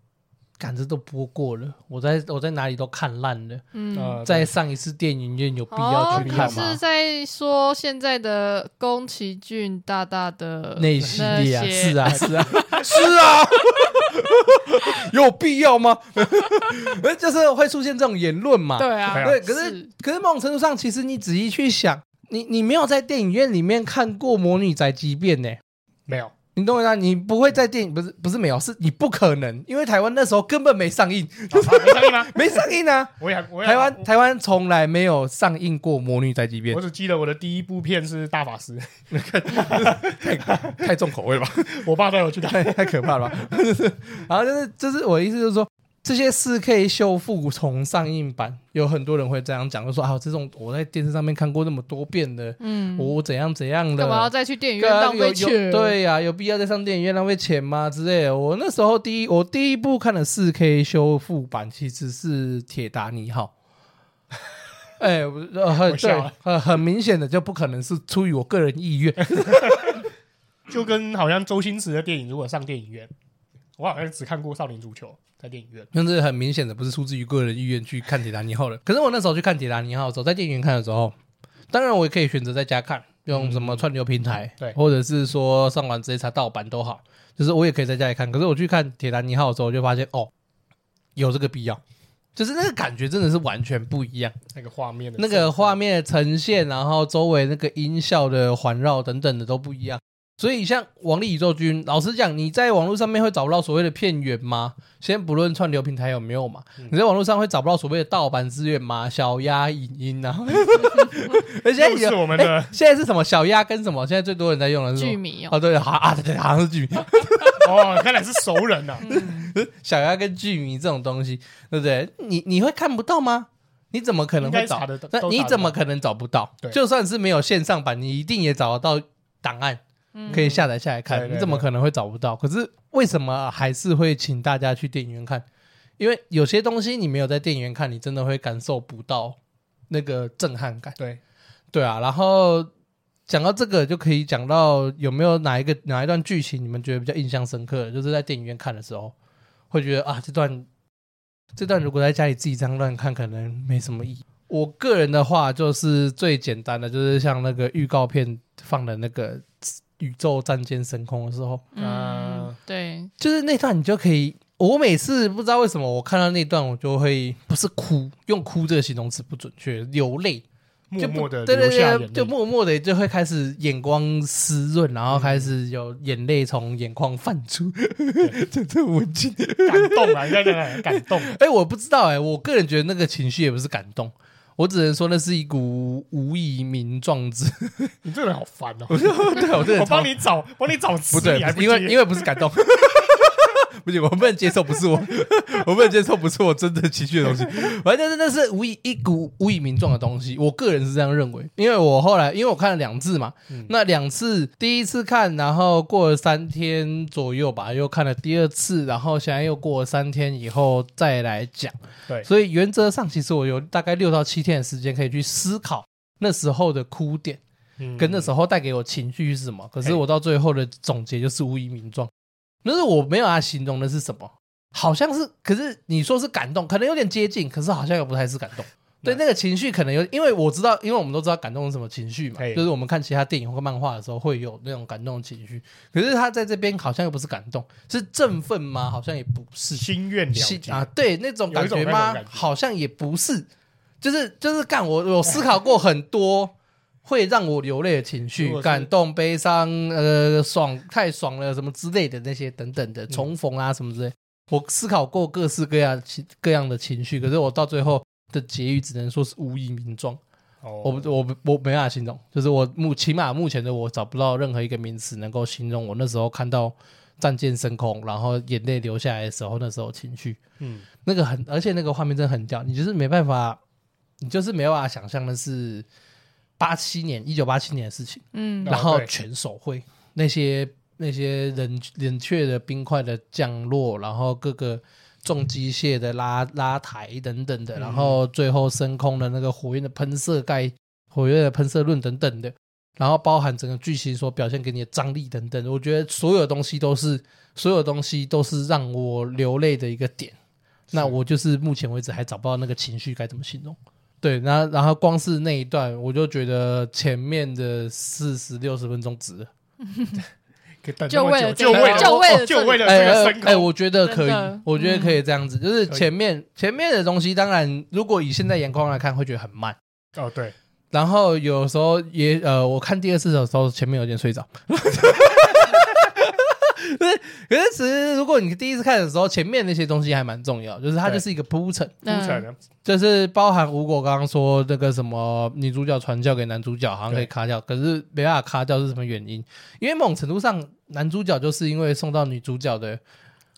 [SPEAKER 1] 感觉都播过了，我在我在哪里都看烂了。
[SPEAKER 3] 嗯。
[SPEAKER 2] 呃，
[SPEAKER 1] 再上一次电影院有必要
[SPEAKER 3] 哦
[SPEAKER 1] 去，
[SPEAKER 3] 可
[SPEAKER 1] 看
[SPEAKER 3] 是
[SPEAKER 1] 吗？
[SPEAKER 3] 在说现在的宫崎骏大大的
[SPEAKER 1] 那一系列啊，
[SPEAKER 3] 那些
[SPEAKER 1] 是啊，是啊，是啊， <laughs> 有必要吗？ <laughs> 就是会出现这种言论嘛。
[SPEAKER 3] 对啊，
[SPEAKER 1] 对，可是
[SPEAKER 3] 是
[SPEAKER 1] 可是某种程度上，其实你仔细去想，你你没有在电影院里面看过《魔女宅急便》呢，
[SPEAKER 2] 没有，
[SPEAKER 1] 你懂我意思吗？你不会在电影不是不是没有，是你不可能，因为台湾那时候根本没上映， <laughs>
[SPEAKER 2] 好没上映吗？
[SPEAKER 1] 没上映啊！
[SPEAKER 2] 我也我也
[SPEAKER 1] 台湾台湾从来没有上映过《魔女宅急便
[SPEAKER 2] 我》，只记得我的第一部片是《大法师》， <laughs>
[SPEAKER 1] <laughs> 太重口味了吧？
[SPEAKER 2] 我爸带我去看。
[SPEAKER 1] 太太可怕了吧！ <laughs> 然后就是就是我的意思就是说，这些四 K 修复从上映版，有很多人会这样讲，就说啊，这种我在电视上面看过那么多遍的，
[SPEAKER 3] 嗯，
[SPEAKER 1] 我怎样怎样的，
[SPEAKER 3] 干嘛要再去电影
[SPEAKER 1] 对
[SPEAKER 3] 院
[SPEAKER 1] 啊
[SPEAKER 3] 浪
[SPEAKER 1] 有
[SPEAKER 3] 费
[SPEAKER 1] 有
[SPEAKER 3] 钱？，
[SPEAKER 1] 对呀、有必要在上电影院浪费钱吗？之类的。我那时候第一，我第一部看的四 K 修复版其实是《铁达尼 <laughs> 号》哎、我呃，很
[SPEAKER 2] 我笑
[SPEAKER 1] 对
[SPEAKER 2] 了，
[SPEAKER 1] 很很明显的就不可能是出于我个人意愿。
[SPEAKER 2] 就跟好像周星驰的电影，如果上电影院，我好像只看过《少林足球》在电影院。
[SPEAKER 1] 但是很明显的不是出自于个人意愿去看《铁达尼号》的。可是我那时候去看《铁达尼号》的时候，在电影院看的时候，当然我也可以选择在家看，用什么串流平台，
[SPEAKER 2] 对
[SPEAKER 1] 或者是说上网直接查盗版都好，就是我也可以在家里看。可是我去看《铁达尼号》的时候，我就发现哦，有这个必要。就是那个感觉真的是完全不一样，
[SPEAKER 2] 那个画面的
[SPEAKER 1] 那个画面的呈现，然后周围那个音效的环绕等等的都不一样。所以像《王力宇宙军》，老实讲，你在网络上面会找不到所谓的片源吗？先不论串流平台有没有嘛，
[SPEAKER 2] 嗯
[SPEAKER 1] 你在网络上会找不到所谓的盗版资源吗？小鸭影音
[SPEAKER 2] <laughs>
[SPEAKER 1] 啊，而且
[SPEAKER 2] 又是我们的
[SPEAKER 1] 哎现在是什么小鸭跟什么？现在最多人在用的是什
[SPEAKER 3] 剧
[SPEAKER 1] 么？
[SPEAKER 3] 迷哦，
[SPEAKER 1] 哦，对，好啊，对对，好像是剧迷，
[SPEAKER 2] <laughs> 哦，看来是熟人呐、
[SPEAKER 1] <laughs> 小鸭跟剧迷这种东西，对不对？你你会看不到吗？你怎么可能
[SPEAKER 2] 应
[SPEAKER 1] 会
[SPEAKER 2] 该
[SPEAKER 1] 找
[SPEAKER 2] 查？的都
[SPEAKER 1] 那
[SPEAKER 2] 都
[SPEAKER 1] 你
[SPEAKER 2] 查得
[SPEAKER 1] 怎么
[SPEAKER 2] 到
[SPEAKER 1] 可能找不到
[SPEAKER 2] 对？
[SPEAKER 1] 就算是没有线上版，你一定也找得到档案
[SPEAKER 3] 嗯
[SPEAKER 1] 可以下载下来
[SPEAKER 2] 对
[SPEAKER 1] 看。
[SPEAKER 2] 对
[SPEAKER 1] 你怎么可能会找不到？可是为什么还是会请大家去电影院看？因为有些东西你没有在电影院看，你真的会感受不到那个震撼感。
[SPEAKER 2] 对
[SPEAKER 1] 对啊，然后讲到这个，就可以讲到有没有哪一个哪一段剧情你们觉得比较印象深刻的，就是在电影院看的时候，会觉得啊，这段这段如果在家里自己这样乱看，可能没什么意义。我个人的话，就是最简单的，就是像那个预告片放的那个宇宙战舰升空的时候，
[SPEAKER 2] 啊
[SPEAKER 3] 嗯，对，
[SPEAKER 1] 就是那段你就可以。我每次不知道为什么，我看到那段我就会不是哭，用哭这个形容词不准确，流泪，
[SPEAKER 2] 默
[SPEAKER 1] 就不
[SPEAKER 2] 默的
[SPEAKER 1] 对对
[SPEAKER 2] 流下眼
[SPEAKER 1] 对，
[SPEAKER 2] 泪，
[SPEAKER 1] 就默默的就会开始眼光湿润，然后开始有眼泪从眼眶泛出， <laughs> 这这文静。
[SPEAKER 2] 感动啊！你在在感动，
[SPEAKER 1] 哎、我不知道哎、我个人觉得那个情绪也不是感动，我只能说那是一股无以名状
[SPEAKER 2] <laughs>
[SPEAKER 1] 之。
[SPEAKER 2] 你这个人好烦哦！
[SPEAKER 1] <laughs> 对我这人
[SPEAKER 2] <laughs> 我
[SPEAKER 1] 超
[SPEAKER 2] 帮你找，帮你找词，
[SPEAKER 1] 不对
[SPEAKER 2] 你还，
[SPEAKER 1] 因为因
[SPEAKER 2] 为
[SPEAKER 1] 为不是感动。 <laughs> 不行，我不能接受，不是我， <laughs> 我不能接受，不是我真的情绪的东西。反正那是无以一股无以名状的东西，我个人是这样认为。因为我后来，因为我看了两次嘛，
[SPEAKER 2] 嗯
[SPEAKER 1] 那两次第一次看，然后过了三天左右吧，又看了第二次，然后现在又过了三天以后再来讲。
[SPEAKER 2] 对
[SPEAKER 1] 所以原则上其实我有大概六到七天的时间可以去思考那时候的哭点。
[SPEAKER 2] 嗯
[SPEAKER 1] 跟那时候带给我情绪是什么。可是
[SPEAKER 2] 嘿
[SPEAKER 1] 我到最后的总结就是无以名状，但是我没有要形容的是什么，好像是，可是你说是感动，可能有点接近，可是好像又不太是感动。对那个情绪可能有，因为我知道，因为我们都知道感动是什么情绪嘛
[SPEAKER 2] 嘿，
[SPEAKER 1] 就是我们看其他电影或漫画的时候会有那种感动的情绪。可是他在这边好像又不是感动，是振奋
[SPEAKER 2] 嗯
[SPEAKER 1] 吗？好像也不是，
[SPEAKER 2] 心愿了
[SPEAKER 1] 心
[SPEAKER 2] 结
[SPEAKER 1] 啊，对那种感觉
[SPEAKER 2] 有一种那种
[SPEAKER 1] 吗
[SPEAKER 2] 感？觉
[SPEAKER 1] 好像也不是，就是就是干我我思考过很多会让我流泪的情
[SPEAKER 2] 如
[SPEAKER 1] 绪，
[SPEAKER 2] 果是
[SPEAKER 1] 感动、悲伤、呃爽、太爽了什么之类的那些等等的重逢啊什么之类，我思考过各式各样情各样的情绪，可是我到最后的结语只能说是无以名状，
[SPEAKER 2] 哦，
[SPEAKER 1] 我不我不我没办法形容，就是我目起码目前的我找不到任何一个名词能够形容我那时候看到战舰升空，然后眼泪流下来的时候那时候情绪。
[SPEAKER 2] 嗯，
[SPEAKER 1] 那个很，而且那个画面真的很屌，你就是没办法，你就是没办法想象的是八七年，一九八七年的事情，
[SPEAKER 3] 嗯
[SPEAKER 2] 哦
[SPEAKER 1] 然后
[SPEAKER 2] 对
[SPEAKER 1] 全手绘那些那些冷冷却的冰块的降落，然后各个重机械的拉拉抬等等的，
[SPEAKER 2] 嗯
[SPEAKER 1] 然后最后升空的那个火焰的喷射盖、火焰的喷射论等等的。然后包含整个剧情所表现给你的张力等等，我觉得所有东西都是，所有东西都是让我流泪的一个点。那我就是目前为止还找不到那个情绪该怎么形容。对，然后然后光是那一段，我就觉得前面的四十六十分钟值了。
[SPEAKER 2] 可以等
[SPEAKER 3] 就为
[SPEAKER 2] 这
[SPEAKER 3] 了
[SPEAKER 2] 么久就为
[SPEAKER 3] 这个
[SPEAKER 2] 了哦
[SPEAKER 3] 就为了
[SPEAKER 2] 就为
[SPEAKER 3] 这
[SPEAKER 2] 了
[SPEAKER 1] 哎
[SPEAKER 2] 这
[SPEAKER 1] 哎
[SPEAKER 2] 个嗯升
[SPEAKER 1] 哎，
[SPEAKER 2] 空，
[SPEAKER 1] 我觉得可
[SPEAKER 3] 真
[SPEAKER 1] 以
[SPEAKER 3] 的，
[SPEAKER 1] 我觉得可以这样子，就是
[SPEAKER 2] 可以
[SPEAKER 1] 前面前面的东西，当然如果以现在眼光来看，会觉得很慢。
[SPEAKER 2] 哦对，
[SPEAKER 1] 然后有时候也呃，我看第二次的时候，前面有点睡着。 <laughs> 可是，可是，其实如果你第一次看的时候，前面那些东西还蛮重要，就是它
[SPEAKER 2] 对
[SPEAKER 1] 就是一个铺陈。
[SPEAKER 3] 嗯
[SPEAKER 2] 铺陈啊
[SPEAKER 1] 就是包含吴果刚刚说那个什么女主角传教给男主角，好像可以卡掉，可是没办法卡掉是什么原因？因为某种程度上，男主角就是因为送到女主角的，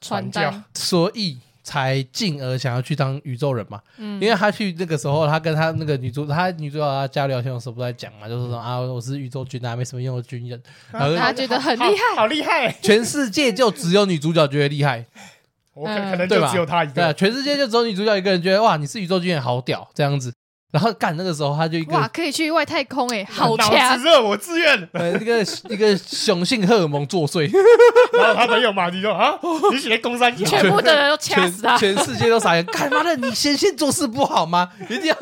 [SPEAKER 3] 传
[SPEAKER 2] 教
[SPEAKER 3] 单，
[SPEAKER 1] 所以才进而想要去当宇宙人嘛。
[SPEAKER 3] 嗯
[SPEAKER 1] 因为他去那个时候，他跟他那个女主，他女主角他家聊天的时候不是在讲嘛，
[SPEAKER 3] 嗯
[SPEAKER 1] 就是说啊，我是宇宙军啊，没什么用的军人，然后
[SPEAKER 3] 他
[SPEAKER 1] 就
[SPEAKER 3] 觉得很厉
[SPEAKER 2] 好
[SPEAKER 3] 害，
[SPEAKER 2] 好厉害，
[SPEAKER 1] 全世界就只有女主角觉得厉害，
[SPEAKER 2] 我可
[SPEAKER 3] 嗯
[SPEAKER 2] 可能
[SPEAKER 1] 对
[SPEAKER 2] 就
[SPEAKER 1] 吧
[SPEAKER 2] 只有他一
[SPEAKER 1] 对啊，
[SPEAKER 2] 个，
[SPEAKER 1] 全世界就只有女主角一个人觉得哇，你是宇宙军人，好屌这样子。然后干那个时候，他就一个
[SPEAKER 3] 哇，可以去外太空哎，好
[SPEAKER 2] 脑
[SPEAKER 3] 强
[SPEAKER 2] 子！热，我自愿，
[SPEAKER 1] 呃，一个 <laughs> 一个雄性荷尔蒙作
[SPEAKER 3] <laughs>
[SPEAKER 1] 祟，
[SPEAKER 2] 然后他朋友马迪就啊，你写工商小
[SPEAKER 3] <laughs> 全部的人都掐
[SPEAKER 1] 全
[SPEAKER 3] 死啊他，
[SPEAKER 1] 全世界都傻眼。干妈的，你先先做事不好吗？一
[SPEAKER 3] <laughs>
[SPEAKER 1] 定要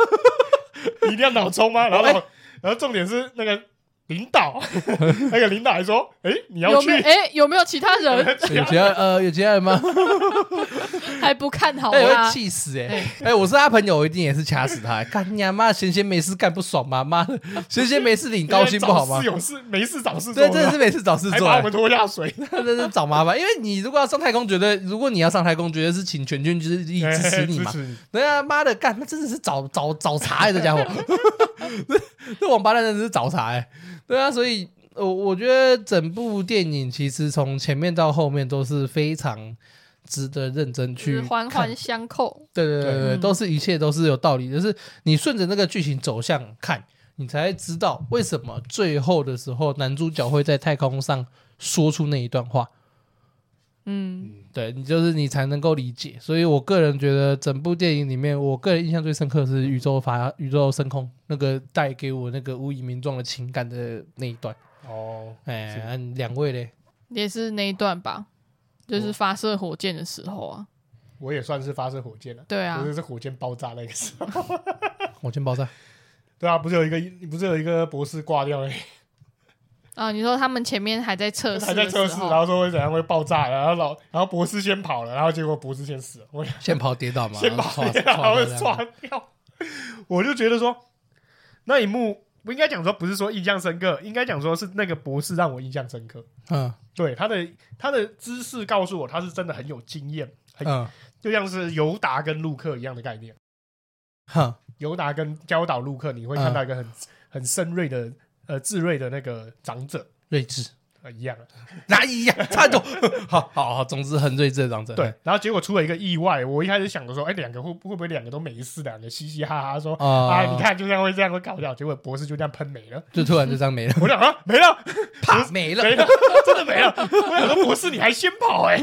[SPEAKER 2] 你一定要脑充吗？然后
[SPEAKER 1] 哎
[SPEAKER 2] 然后重点是那个领导， <laughs> 那个领导还说，哎，你要
[SPEAKER 3] 有没有？
[SPEAKER 2] 去。
[SPEAKER 3] 哎，有没有其他人
[SPEAKER 1] 有其他呃有其他人吗？
[SPEAKER 3] 还不看好啊
[SPEAKER 1] 哎，
[SPEAKER 3] 啦
[SPEAKER 1] 会？气死哎、欸！哎、我是他朋友，我一定也是掐死他、 <laughs> 欸。干你啊妈，闲闲没事干不爽吗？妈
[SPEAKER 3] <laughs>
[SPEAKER 1] 的，闲闲没事领高薪不好吗
[SPEAKER 2] 找事？有事没事找事做
[SPEAKER 1] 对，
[SPEAKER 2] 的，哎
[SPEAKER 1] 真的是没事找事
[SPEAKER 2] 还
[SPEAKER 1] 做、
[SPEAKER 2] 把我
[SPEAKER 1] 欸
[SPEAKER 2] 们，拖下水。
[SPEAKER 1] 真的是找麻烦。因为你如果要上太空，绝对如果你要上太空，绝对是请全军之力支持 <laughs> 你嘛
[SPEAKER 2] <laughs> 哎支。持你
[SPEAKER 1] 对啊，妈的，干，那真的是找找找茬哎、这家伙， <laughs> 这这王八蛋真的是找茬哎、对啊，所以我我觉得整部电影其实从前面到后面都是非常值得认真
[SPEAKER 3] 就是
[SPEAKER 1] 去
[SPEAKER 3] 环
[SPEAKER 1] 看
[SPEAKER 3] 环相扣，
[SPEAKER 1] 对对对对对，
[SPEAKER 3] 嗯
[SPEAKER 1] 都是一切都是有道理的，就是你顺着那个剧情走向看，你才会知道为什么最后的时候男主角会在太空上说出那一段话。
[SPEAKER 3] 嗯，
[SPEAKER 1] 对你就是你才能够理解，所以我个人觉得整部电影里面，我个人印象最深刻的是宇宙发宇宙升空那个带给我那个无以名状的情感的那一段。
[SPEAKER 2] 哦，
[SPEAKER 1] 哎
[SPEAKER 2] 是，
[SPEAKER 1] 啊两位嘞，
[SPEAKER 3] 也是那一段吧，就是发射火箭的时候啊，
[SPEAKER 2] 我也算是发射火箭了。
[SPEAKER 3] 对啊
[SPEAKER 2] 不是是火箭爆炸那个时候。 <laughs>
[SPEAKER 1] 我先爆炸。
[SPEAKER 2] 对啊，不是有一个，不是有一个博士挂掉了，
[SPEAKER 3] 啊，你说他们前面还在测试
[SPEAKER 2] 还在
[SPEAKER 3] 的
[SPEAKER 2] 测
[SPEAKER 3] 时
[SPEAKER 2] 试，然后
[SPEAKER 3] 候，
[SPEAKER 2] 说会怎样会爆炸，然后老，然后博士先跑了，然后结果博士先死了，我
[SPEAKER 1] 先跑跌倒嘛，
[SPEAKER 2] 先把
[SPEAKER 1] 唰
[SPEAKER 2] 然后
[SPEAKER 1] 唰
[SPEAKER 2] 刷掉。 <laughs> 我就觉得说，那一幕不应该讲说不是说印象深刻，应该讲说是那个博士让我印象深刻。
[SPEAKER 1] 嗯
[SPEAKER 2] 对他的他的知识告诉我，他是真的很有经验，很、
[SPEAKER 1] 嗯
[SPEAKER 2] 就像是尤达跟陆克一样的概念。
[SPEAKER 1] 哼
[SPEAKER 2] 尤达跟教导陆克，你会看到一个很、很深锐的呃智锐的那个长者。
[SPEAKER 1] 睿智。
[SPEAKER 2] 呃一样的，
[SPEAKER 1] 哪一样？差多，好好好，总之很睿智的长者。
[SPEAKER 2] 对，然后结果出了一个意外。我一开始想着说，哎，两个会会不会两个都没事，两个嘻嘻哈哈说、
[SPEAKER 1] 啊
[SPEAKER 2] 啊，你看就这样会这样会搞掉，结果博士就这样喷没了。
[SPEAKER 1] 就突然就这样没了，
[SPEAKER 2] 我想啊，没
[SPEAKER 1] <laughs>
[SPEAKER 2] 了，
[SPEAKER 1] 啪没了。
[SPEAKER 2] 没了， <laughs> 真的没了。我想说，博士你还先跑哎、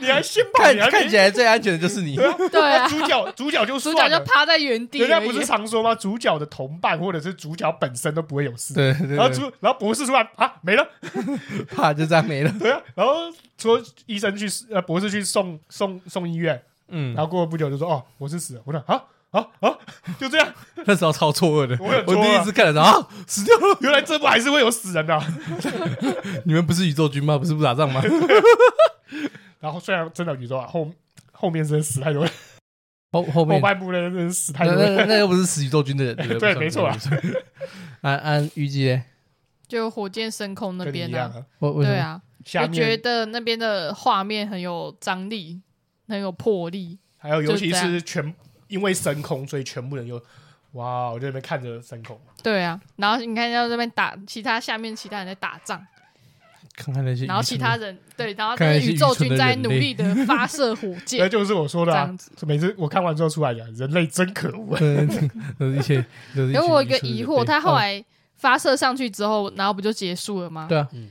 [SPEAKER 2] 你还先跑，
[SPEAKER 1] 啊看
[SPEAKER 2] 你还
[SPEAKER 1] 看起
[SPEAKER 2] 来
[SPEAKER 1] 来最安全的就是你，
[SPEAKER 3] 对啊，
[SPEAKER 2] 主
[SPEAKER 1] <laughs>
[SPEAKER 2] 角主角就
[SPEAKER 3] 主
[SPEAKER 2] <laughs> 算
[SPEAKER 3] 角就
[SPEAKER 2] 了，
[SPEAKER 3] 趴在原地
[SPEAKER 2] 人家
[SPEAKER 3] 而已，
[SPEAKER 2] 不是常说吗？主角的同伴或者是主角本身都不会有事。
[SPEAKER 1] 对对
[SPEAKER 2] 然后
[SPEAKER 1] 对，
[SPEAKER 2] 主，然后博士突然啊没了，
[SPEAKER 1] 啪就这样没了。
[SPEAKER 2] 对啊，然后说医生去呃博士去送送送医院，
[SPEAKER 1] 嗯
[SPEAKER 2] 然，后过了不久就说哦博士死了，我说啊啊啊，就这样。 <laughs>
[SPEAKER 1] 那时候超错愕的，
[SPEAKER 2] 我很
[SPEAKER 1] 我
[SPEAKER 2] 错愕
[SPEAKER 1] 第一次看的时候啊，死掉了！
[SPEAKER 2] 原来这部还是会有死人的啊、
[SPEAKER 1] 你们不是宇宙军吗？不是不打仗吗？
[SPEAKER 2] 然后虽然真的宇宙啊，后后面真的死太多人，
[SPEAKER 1] 后后
[SPEAKER 2] 后
[SPEAKER 1] 面
[SPEAKER 2] 半部真的是死太
[SPEAKER 1] 那
[SPEAKER 2] 多人。
[SPEAKER 1] 那那又不是死宇宙军的人，不
[SPEAKER 2] 对
[SPEAKER 1] 算
[SPEAKER 2] 没错啊。
[SPEAKER 1] 不算不算安安预计嘞，
[SPEAKER 3] 就火箭升空那
[SPEAKER 2] 跟你
[SPEAKER 3] 边
[SPEAKER 2] 一样
[SPEAKER 3] 啊，
[SPEAKER 2] 啊，
[SPEAKER 1] 我为什
[SPEAKER 3] 对
[SPEAKER 1] 么？
[SPEAKER 3] 啊，
[SPEAKER 2] 下
[SPEAKER 3] 我觉
[SPEAKER 2] 面
[SPEAKER 3] 得那边的画面很有张力，很有魄力。
[SPEAKER 2] 还有尤其
[SPEAKER 3] 就这
[SPEAKER 2] 是全因为升空，所以全部人又哇，我就在那边看着升空，
[SPEAKER 3] 对啊，然后你看到这边打，其他下面其他人在打仗，
[SPEAKER 1] 看看那些，
[SPEAKER 3] 然后其他，人对，然后
[SPEAKER 1] 看来
[SPEAKER 3] 那
[SPEAKER 1] 是
[SPEAKER 3] 宇宙
[SPEAKER 1] 愚蠢
[SPEAKER 3] 军
[SPEAKER 1] 的
[SPEAKER 3] 在
[SPEAKER 1] 人
[SPEAKER 3] 努
[SPEAKER 1] 类
[SPEAKER 3] 力的发
[SPEAKER 2] <laughs>
[SPEAKER 3] 射火
[SPEAKER 2] 那
[SPEAKER 3] 箭，
[SPEAKER 2] 就是我说
[SPEAKER 3] 这
[SPEAKER 2] 的、啊
[SPEAKER 3] 样。子。
[SPEAKER 2] 每次我看完之后出来讲，人类真可恶啊。
[SPEAKER 1] 嗯，都是一些，都是一
[SPEAKER 3] 因为
[SPEAKER 1] 群
[SPEAKER 3] 哎我有一个
[SPEAKER 1] 愚蠢的
[SPEAKER 3] 疑
[SPEAKER 1] 人
[SPEAKER 3] 惑，
[SPEAKER 1] 类
[SPEAKER 3] 他后
[SPEAKER 1] 嗯
[SPEAKER 3] 来发射上去之后，然后不就结束了吗？
[SPEAKER 1] 对啊，
[SPEAKER 2] 嗯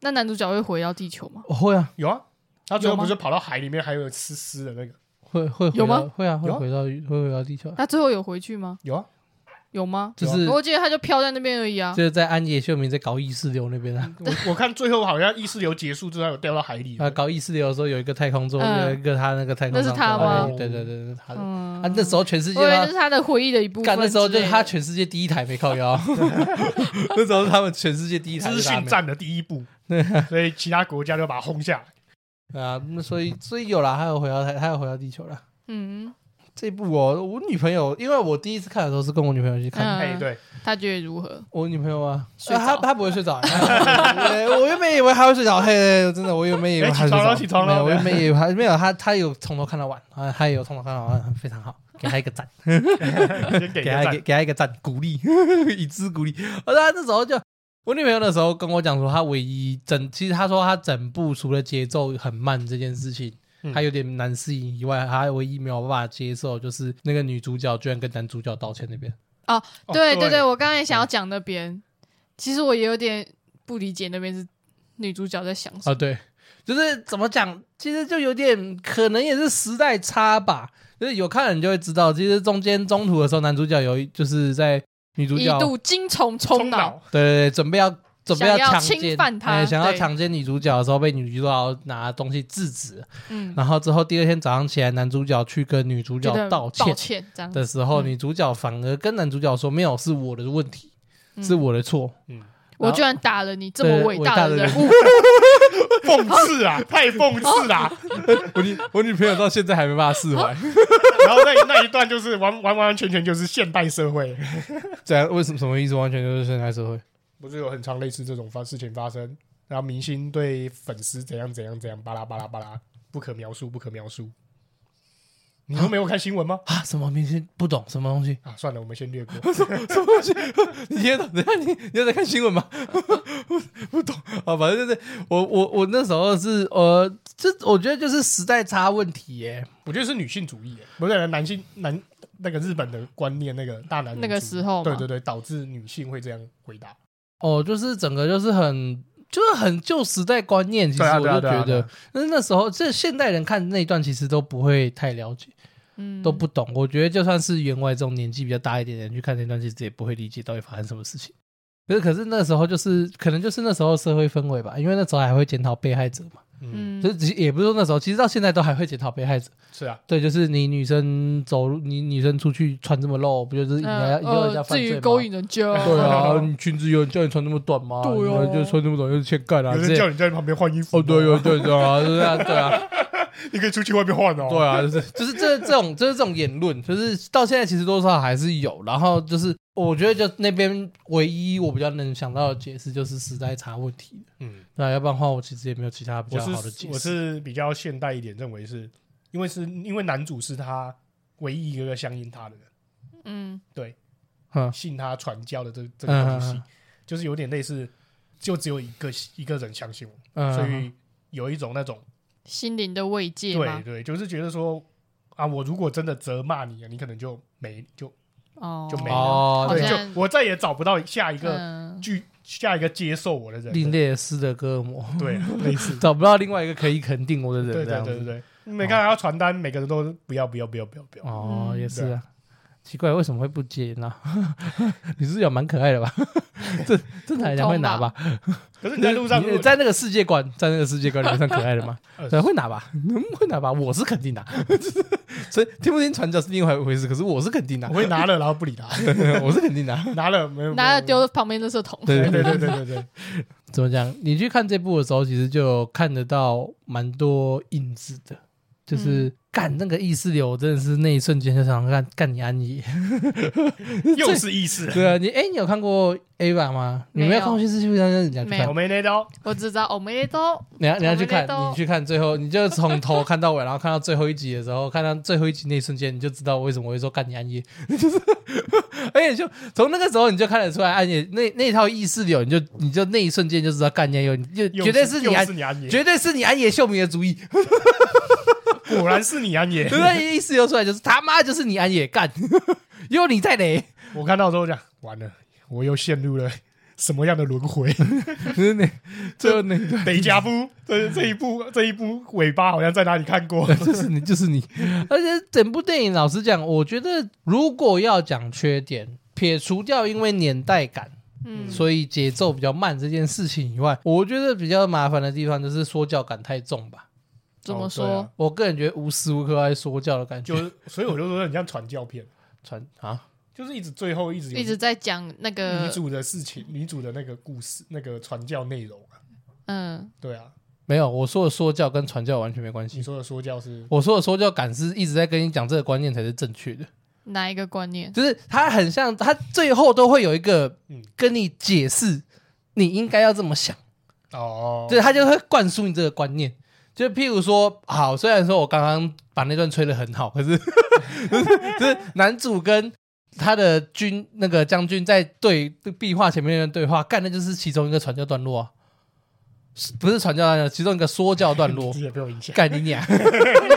[SPEAKER 3] 那男主角会回到地球吗？
[SPEAKER 1] 哦会啊，
[SPEAKER 2] 有啊，他最后
[SPEAKER 3] 有吗
[SPEAKER 2] 不是跑到海里面，还有湿湿的那个，
[SPEAKER 1] 会会回
[SPEAKER 3] 有
[SPEAKER 1] 到
[SPEAKER 3] 吗
[SPEAKER 1] 会啊，会
[SPEAKER 2] 有啊
[SPEAKER 1] 回到会回到地球啊，
[SPEAKER 3] 他最后有回去吗？ <laughs>
[SPEAKER 2] 有啊，
[SPEAKER 3] 有吗？
[SPEAKER 1] 就是
[SPEAKER 3] 我记得他就飘在那边而已啊
[SPEAKER 1] 就。是在安野秀明在搞意识流那边啊，
[SPEAKER 2] 我我看最后好像意识流结束之后有掉到海里，
[SPEAKER 1] 啊，搞意识流的时候有一个太空座，
[SPEAKER 3] 嗯
[SPEAKER 1] 有一个他那个太空
[SPEAKER 3] 那是
[SPEAKER 1] 上
[SPEAKER 3] 他
[SPEAKER 1] 座
[SPEAKER 2] 吗
[SPEAKER 1] 对对对，对他的
[SPEAKER 3] 嗯，
[SPEAKER 1] 啊，那时候全世界
[SPEAKER 3] 我以为那
[SPEAKER 1] 他
[SPEAKER 3] 是他的回忆的一部分
[SPEAKER 1] 干
[SPEAKER 3] 之类的。
[SPEAKER 1] 那时候就是他全世界第一台没靠
[SPEAKER 3] <laughs>
[SPEAKER 1] 腰， <laughs> 那时候是他们全世界第一台
[SPEAKER 2] 资
[SPEAKER 1] 就是他
[SPEAKER 2] 讯
[SPEAKER 1] 们
[SPEAKER 2] 战的第一
[SPEAKER 3] <laughs>
[SPEAKER 2] 步，所以其他国家就把它轰下来。
[SPEAKER 1] 啊，那所以所以有啦，还有回到台，还有回到地球啦。
[SPEAKER 3] 嗯，
[SPEAKER 1] 这部哦，我女朋友，因为我第一次看的时候是跟我女朋友去看的，
[SPEAKER 3] 嗯
[SPEAKER 2] 哎，对，
[SPEAKER 3] 他觉得如何？
[SPEAKER 1] 我女朋友啊，
[SPEAKER 3] 睡着
[SPEAKER 1] 啊她她不会睡
[SPEAKER 2] <laughs>
[SPEAKER 1] 着、欸我原本以为她会睡着，嘿，真的，我原本以为她会睡着，
[SPEAKER 2] 哎起床了起床了
[SPEAKER 1] 没有，我原本以为她没有，她她有从头看到晚啊，她也有从头看到晚，非常好，给她一个赞，
[SPEAKER 2] 先 <laughs> 给
[SPEAKER 1] 给
[SPEAKER 2] 一个
[SPEAKER 3] <laughs>
[SPEAKER 1] 她
[SPEAKER 2] 赞
[SPEAKER 1] 给，给她一个赞，鼓励， <laughs> 以资鼓励。而她那时候就，我女朋友那时候跟我讲说，她唯一整，其实她说她整部除了节奏很慢这件事情。
[SPEAKER 2] 嗯
[SPEAKER 1] 她有点难适应以外，她唯一没有办法接受就是那个女主角居然跟男主角道歉那边，
[SPEAKER 2] 哦
[SPEAKER 3] 对对
[SPEAKER 2] 对
[SPEAKER 3] 对，，我刚才想要讲那边，其实我也有点不理解那边是女主角在想什
[SPEAKER 1] 啊，
[SPEAKER 3] 么。
[SPEAKER 1] 对，就是怎么讲，其实就有点可能也是时代差吧。就是有看的人就会知道，其实中间中途的时候，男主角有一就是在女主
[SPEAKER 3] 一
[SPEAKER 1] 角
[SPEAKER 3] 度精虫
[SPEAKER 2] 冲
[SPEAKER 3] 冲
[SPEAKER 2] 脑
[SPEAKER 3] <laughs> 脑，，
[SPEAKER 1] 对对对准备要准备
[SPEAKER 3] 想要
[SPEAKER 1] 强
[SPEAKER 3] 侵
[SPEAKER 1] 奸，
[SPEAKER 3] 犯她
[SPEAKER 1] 哎想要
[SPEAKER 3] 对
[SPEAKER 1] 强奸女主角的时候，被女主角拿东西制止，
[SPEAKER 3] 嗯，
[SPEAKER 1] 然后之后第二天早上起来，男主角去跟女主
[SPEAKER 3] 觉
[SPEAKER 1] 角
[SPEAKER 3] 得
[SPEAKER 1] 道
[SPEAKER 3] 抱
[SPEAKER 1] 歉
[SPEAKER 3] 歉这样子。
[SPEAKER 1] 的时候，
[SPEAKER 3] 嗯
[SPEAKER 1] 女主角反而跟男主角说：“没有，是我的问题，
[SPEAKER 3] 嗯
[SPEAKER 1] 是我的错。
[SPEAKER 2] 嗯，
[SPEAKER 3] 我居然打了你这
[SPEAKER 1] 对
[SPEAKER 3] 么伟
[SPEAKER 1] 伟
[SPEAKER 3] 大
[SPEAKER 1] 大的
[SPEAKER 3] 的人
[SPEAKER 1] 人
[SPEAKER 3] 物，
[SPEAKER 2] 讽刺啊，太讽刺啊啦。
[SPEAKER 3] <laughs>
[SPEAKER 1] 我女我女朋友到现在还没办法释 <laughs> 怀，
[SPEAKER 2] 然后那那一段就是完完完全全就是现代社会，
[SPEAKER 1] 这样为什么什么意思？完全就是现代社会。
[SPEAKER 2] 不是有很常类似这种发事情发生，然后明星对粉丝怎样怎样怎样，巴拉巴拉巴拉，不可描述，不可描述。你都没有看新闻吗？
[SPEAKER 1] 啊，什么明星不懂什么东西？ <laughs>
[SPEAKER 2] 啊，算了，我们先略过。
[SPEAKER 1] 什么东西？ <laughs> 你听得懂？等一下你你有在看新闻吗？ <laughs> 不懂啊，反正就是我我我那时候是呃，这我觉得就是时代差问题耶。
[SPEAKER 2] 我觉得是女性主义，不是男性男那个日本的观念，那个大男人
[SPEAKER 3] 那个
[SPEAKER 2] 主义
[SPEAKER 3] 时候嘛
[SPEAKER 2] 对对对，导致女性会这样回答。
[SPEAKER 1] 哦，就是整个就是很就是很旧时代观念，其实
[SPEAKER 2] 对啊
[SPEAKER 1] 我
[SPEAKER 2] 对啊
[SPEAKER 1] 就
[SPEAKER 2] 对啊
[SPEAKER 1] 觉
[SPEAKER 2] 对
[SPEAKER 1] 得
[SPEAKER 2] 啊，
[SPEAKER 1] 那那时候这现代人看那一段其实都不会太了解，
[SPEAKER 3] 嗯，
[SPEAKER 1] 都不懂。我觉得就算是员外这种年纪比较大一点的人去看那段，其实也不会理解到底发生什么事情。可是可是那时候就是可能就是那时候社会氛围吧，因为那时候还会检讨被害者嘛。
[SPEAKER 2] 嗯，
[SPEAKER 3] 嗯，
[SPEAKER 1] 就是只也不是说那时候，其实到现在都还会检讨被害者。
[SPEAKER 2] 是啊，
[SPEAKER 1] 对，就是你女生走路，你女生出去穿这么露，不就是引来
[SPEAKER 3] 嗯
[SPEAKER 1] 引诱人
[SPEAKER 3] 呃
[SPEAKER 1] 家犯
[SPEAKER 3] 至
[SPEAKER 1] 罪
[SPEAKER 3] 于
[SPEAKER 1] 吗？
[SPEAKER 3] 勾引人家，
[SPEAKER 1] 对
[SPEAKER 3] <laughs>
[SPEAKER 1] 啊，你裙子有人叫你穿那么短吗？
[SPEAKER 3] 对
[SPEAKER 1] 有
[SPEAKER 3] 哦
[SPEAKER 1] 人就穿那么短就是欠干啊，
[SPEAKER 2] 有
[SPEAKER 1] 这
[SPEAKER 2] 人
[SPEAKER 1] 些
[SPEAKER 2] 叫你在旁边换衣服，
[SPEAKER 1] 哦，对，有人对对啊，对啊，对啊，
[SPEAKER 2] 你可以出去外面换哦。
[SPEAKER 1] 对啊，就是
[SPEAKER 2] <laughs>
[SPEAKER 1] 就是这这种就是这种言论，就是到现在其实多少还是有。然后就是我觉得就那边唯一我比较能想到的解释就是时代差问题，
[SPEAKER 2] 嗯，
[SPEAKER 1] 那要不然的话我其实也没有其他比
[SPEAKER 2] 我
[SPEAKER 1] 较好的
[SPEAKER 2] 是
[SPEAKER 1] 解
[SPEAKER 2] 我
[SPEAKER 1] 释。
[SPEAKER 2] 是比较现代一点，认为是因为是因为男主是他唯一一个相信他的人，
[SPEAKER 3] 嗯，
[SPEAKER 1] 嗯
[SPEAKER 2] 信他传教的这这个东
[SPEAKER 1] 嗯嗯
[SPEAKER 2] 西
[SPEAKER 1] 嗯，
[SPEAKER 2] 就是有点类似，就只有一个一个人相信我，
[SPEAKER 1] 嗯，
[SPEAKER 2] 所以有一种那种
[SPEAKER 3] 心灵的慰藉
[SPEAKER 2] 对
[SPEAKER 3] 嘛，
[SPEAKER 2] 对，就是觉得说啊，我如果真的责骂你，啊你可能就没就
[SPEAKER 3] 哦，
[SPEAKER 2] 就没了
[SPEAKER 1] 哦，
[SPEAKER 3] 好
[SPEAKER 2] 对，
[SPEAKER 1] 对，
[SPEAKER 3] 像
[SPEAKER 2] 就我再也找不到下一个
[SPEAKER 3] 嗯
[SPEAKER 2] 拒下一个接受我的人
[SPEAKER 1] 另
[SPEAKER 2] 了，
[SPEAKER 1] 类的斯德哥尔摩。 <laughs>
[SPEAKER 2] 对，类似，
[SPEAKER 1] 找不到另外一个可以肯定我的人，
[SPEAKER 2] 对对
[SPEAKER 1] 这
[SPEAKER 2] 对
[SPEAKER 1] 样
[SPEAKER 2] 对
[SPEAKER 1] 子。
[SPEAKER 2] 对，你没看到他传单，每个人都不要不要不要不要不要，
[SPEAKER 1] 哦，<laughs>
[SPEAKER 3] 嗯
[SPEAKER 1] 也是啊，奇怪为什么会不接呢？女主角蛮可爱的吧？ <laughs> 正常来讲会拿吧？
[SPEAKER 2] 可 <laughs> 是你在路上，如
[SPEAKER 1] 你
[SPEAKER 2] 果
[SPEAKER 1] 在那个世界观，在那个世界观里面算可爱的吗？
[SPEAKER 2] <laughs> 呃
[SPEAKER 1] 对，会拿吧？嗯会拿吧？我是肯定拿， <laughs> 所以听不听传教是另外一回事。可是我是肯定拿
[SPEAKER 2] 我，会拿了，然后不
[SPEAKER 1] <laughs>
[SPEAKER 2] 理他，
[SPEAKER 1] 我是肯定
[SPEAKER 2] <laughs>
[SPEAKER 1] 拿。
[SPEAKER 2] 拿了没有
[SPEAKER 3] 拿了。
[SPEAKER 2] 没有
[SPEAKER 3] 丢旁边垃圾桶。
[SPEAKER 1] 对对对
[SPEAKER 2] 对对对对对对，
[SPEAKER 1] <laughs> 怎么讲？你去看这部的时候，其实就看得到蛮多影子的，就是
[SPEAKER 2] 嗯
[SPEAKER 1] 干、那个意识流，真的是那一瞬间就想干干你安
[SPEAKER 2] <laughs>
[SPEAKER 1] 逸。
[SPEAKER 2] 又是意识。
[SPEAKER 1] 对啊，你哎、你有看过 A 版吗？你没
[SPEAKER 3] 没
[SPEAKER 1] 有
[SPEAKER 3] 有
[SPEAKER 1] 看过《新世纪福音战士》，你要去
[SPEAKER 3] 没
[SPEAKER 1] 看
[SPEAKER 3] 有
[SPEAKER 2] 我，没那刀，
[SPEAKER 3] 我只知道哦我们都
[SPEAKER 1] 你要你要去
[SPEAKER 3] 我没
[SPEAKER 1] 看
[SPEAKER 3] 得，到
[SPEAKER 1] 你去看最后，你就从
[SPEAKER 2] <laughs>
[SPEAKER 1] 头看到尾，然后看到最后一集的时候，看到最后一集那一瞬间，你就知道为什么我会说干你暗夜，就是，而且就从那个时候你就看得出来暗夜那那套意识流，你就你就那一瞬间就知道干你暗夜，你就
[SPEAKER 2] 又
[SPEAKER 1] 绝对是你
[SPEAKER 2] 又
[SPEAKER 1] 安
[SPEAKER 2] 是，你安野，
[SPEAKER 1] 绝对是你安野秀明的主意，
[SPEAKER 2] <laughs> 果然是你安野 <laughs>
[SPEAKER 1] 对。不对？意识流出来就是他妈就是你安野干，有你在雷，
[SPEAKER 2] 我看到之后讲，完了，我又陷入了 <laughs> 什么样的轮 <laughs> 回？
[SPEAKER 1] <laughs> 就是那最后那个。
[SPEAKER 2] 北加夫，这这一部这一部尾巴好像在哪里看 <laughs> 过？
[SPEAKER 1] 就是你，就是你。而且整部电影，老实讲，我觉得如果要讲缺点，撇除掉因为年代感，
[SPEAKER 3] 嗯
[SPEAKER 1] 所以节奏比较慢这件事情以外， <laughs> 我觉得比较麻烦的地方就是说教感太重吧。
[SPEAKER 3] 怎
[SPEAKER 2] 哦
[SPEAKER 3] 么说？
[SPEAKER 2] 对啊
[SPEAKER 1] 我个人觉得无时无刻都在说教的感觉
[SPEAKER 2] 就，所以我就说很像传教片，
[SPEAKER 1] 传啊，
[SPEAKER 2] 就是一直最后一直有
[SPEAKER 3] 一直在讲那
[SPEAKER 2] 女
[SPEAKER 3] 个
[SPEAKER 2] 主的事情，女主的那个故事，那个传教内容啊。
[SPEAKER 3] 嗯，
[SPEAKER 2] 对啊，
[SPEAKER 1] 没有，我说的说教跟传教完全没关
[SPEAKER 2] 你
[SPEAKER 1] 系。
[SPEAKER 2] 说的说教是
[SPEAKER 1] 我说的说教感是一直在跟你讲这个观念才是正确的，
[SPEAKER 3] 哪一个观念？
[SPEAKER 1] 就是它很像，它最后都会有一个
[SPEAKER 2] 嗯
[SPEAKER 1] 跟你解释，你应该要这么想。
[SPEAKER 2] 哦，
[SPEAKER 1] 对他就会灌输你这个观念。就譬如说，好，虽然说我刚刚把那段吹的很好，可是就是男主跟他的军那个将军在对壁画前面的对话，干的就是其中一个传教段落、啊，是不是传教段落，其中一个说教段
[SPEAKER 2] <laughs>
[SPEAKER 1] 落
[SPEAKER 2] 直，接被我影响，
[SPEAKER 1] 干你娘！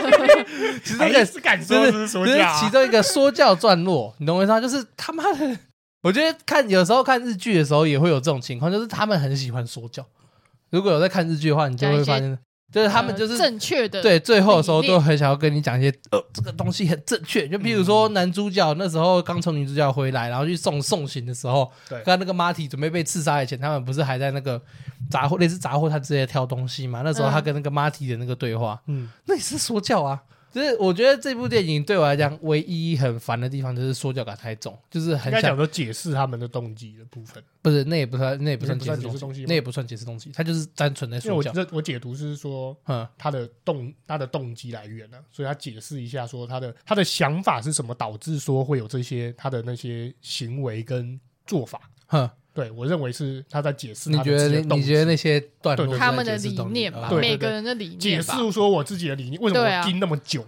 [SPEAKER 1] 其中一
[SPEAKER 2] 还
[SPEAKER 1] 个
[SPEAKER 2] 哎是
[SPEAKER 1] <laughs>
[SPEAKER 2] 敢
[SPEAKER 1] 就
[SPEAKER 2] 说
[SPEAKER 1] 是
[SPEAKER 2] 这是
[SPEAKER 1] 就
[SPEAKER 2] 说
[SPEAKER 1] 是
[SPEAKER 2] 教啊
[SPEAKER 1] 其中一个说教段落，你懂我意思吗？就是他妈的，我觉得看有时候看日剧的时候也会有这种情况，就是他们很喜欢说教。如果有在看日剧的话，你就会发现，就是他们就是、
[SPEAKER 3] 呃正确的，
[SPEAKER 1] 对最后的时候
[SPEAKER 3] 理
[SPEAKER 1] 都
[SPEAKER 3] 念
[SPEAKER 1] 很想要跟你讲一些呃这个东西很正确，就比如说
[SPEAKER 2] 嗯
[SPEAKER 1] 男主角那时候刚从女主角回来，然后去送送行的时候，
[SPEAKER 2] 对
[SPEAKER 1] 跟那个 Marty 准备被刺杀以前，他们不是还在那个杂货类似杂货摊之类的挑东西嘛？那时候他
[SPEAKER 3] 嗯
[SPEAKER 1] 跟那个 Marty 的那个对话，
[SPEAKER 2] 嗯，
[SPEAKER 1] 那也是说教啊。就是我觉得这部电影对我来讲，唯一很烦的地方就是说教感太重，就是
[SPEAKER 2] 应
[SPEAKER 1] 很
[SPEAKER 2] 该
[SPEAKER 1] 想
[SPEAKER 2] 讲说解释他们的动机的部分，
[SPEAKER 1] 不是那也不算那也不算
[SPEAKER 2] 不
[SPEAKER 1] 解
[SPEAKER 2] 算
[SPEAKER 1] 释
[SPEAKER 2] 解释
[SPEAKER 1] 东
[SPEAKER 2] 东西
[SPEAKER 1] 西
[SPEAKER 2] 吗，
[SPEAKER 1] 那也不算解释东西，它就是单纯在
[SPEAKER 2] 因为
[SPEAKER 1] 说
[SPEAKER 2] 我
[SPEAKER 1] 教。
[SPEAKER 2] 这我解读是说
[SPEAKER 1] 嗯，
[SPEAKER 2] 他的动他的动机来源啊，所以他解释一下说他的他的想法是什么导致说会有这些他的那些行为跟做法。
[SPEAKER 1] 哼，
[SPEAKER 2] 对我认为是他在解释
[SPEAKER 1] 你
[SPEAKER 2] 他的
[SPEAKER 1] 觉得
[SPEAKER 2] 这些
[SPEAKER 1] 那
[SPEAKER 2] 动
[SPEAKER 1] 你
[SPEAKER 2] 机
[SPEAKER 1] 觉得那些段落
[SPEAKER 2] 对
[SPEAKER 1] 是
[SPEAKER 3] 他
[SPEAKER 1] 在
[SPEAKER 3] 们的
[SPEAKER 1] 解释
[SPEAKER 3] 理
[SPEAKER 1] 东西
[SPEAKER 3] 念吧，
[SPEAKER 1] 啊
[SPEAKER 2] 对
[SPEAKER 3] 每个人的理
[SPEAKER 2] 解
[SPEAKER 3] 念吧。
[SPEAKER 2] 释说我自己的理念，为什么
[SPEAKER 3] 对啊
[SPEAKER 2] 我盯那么久？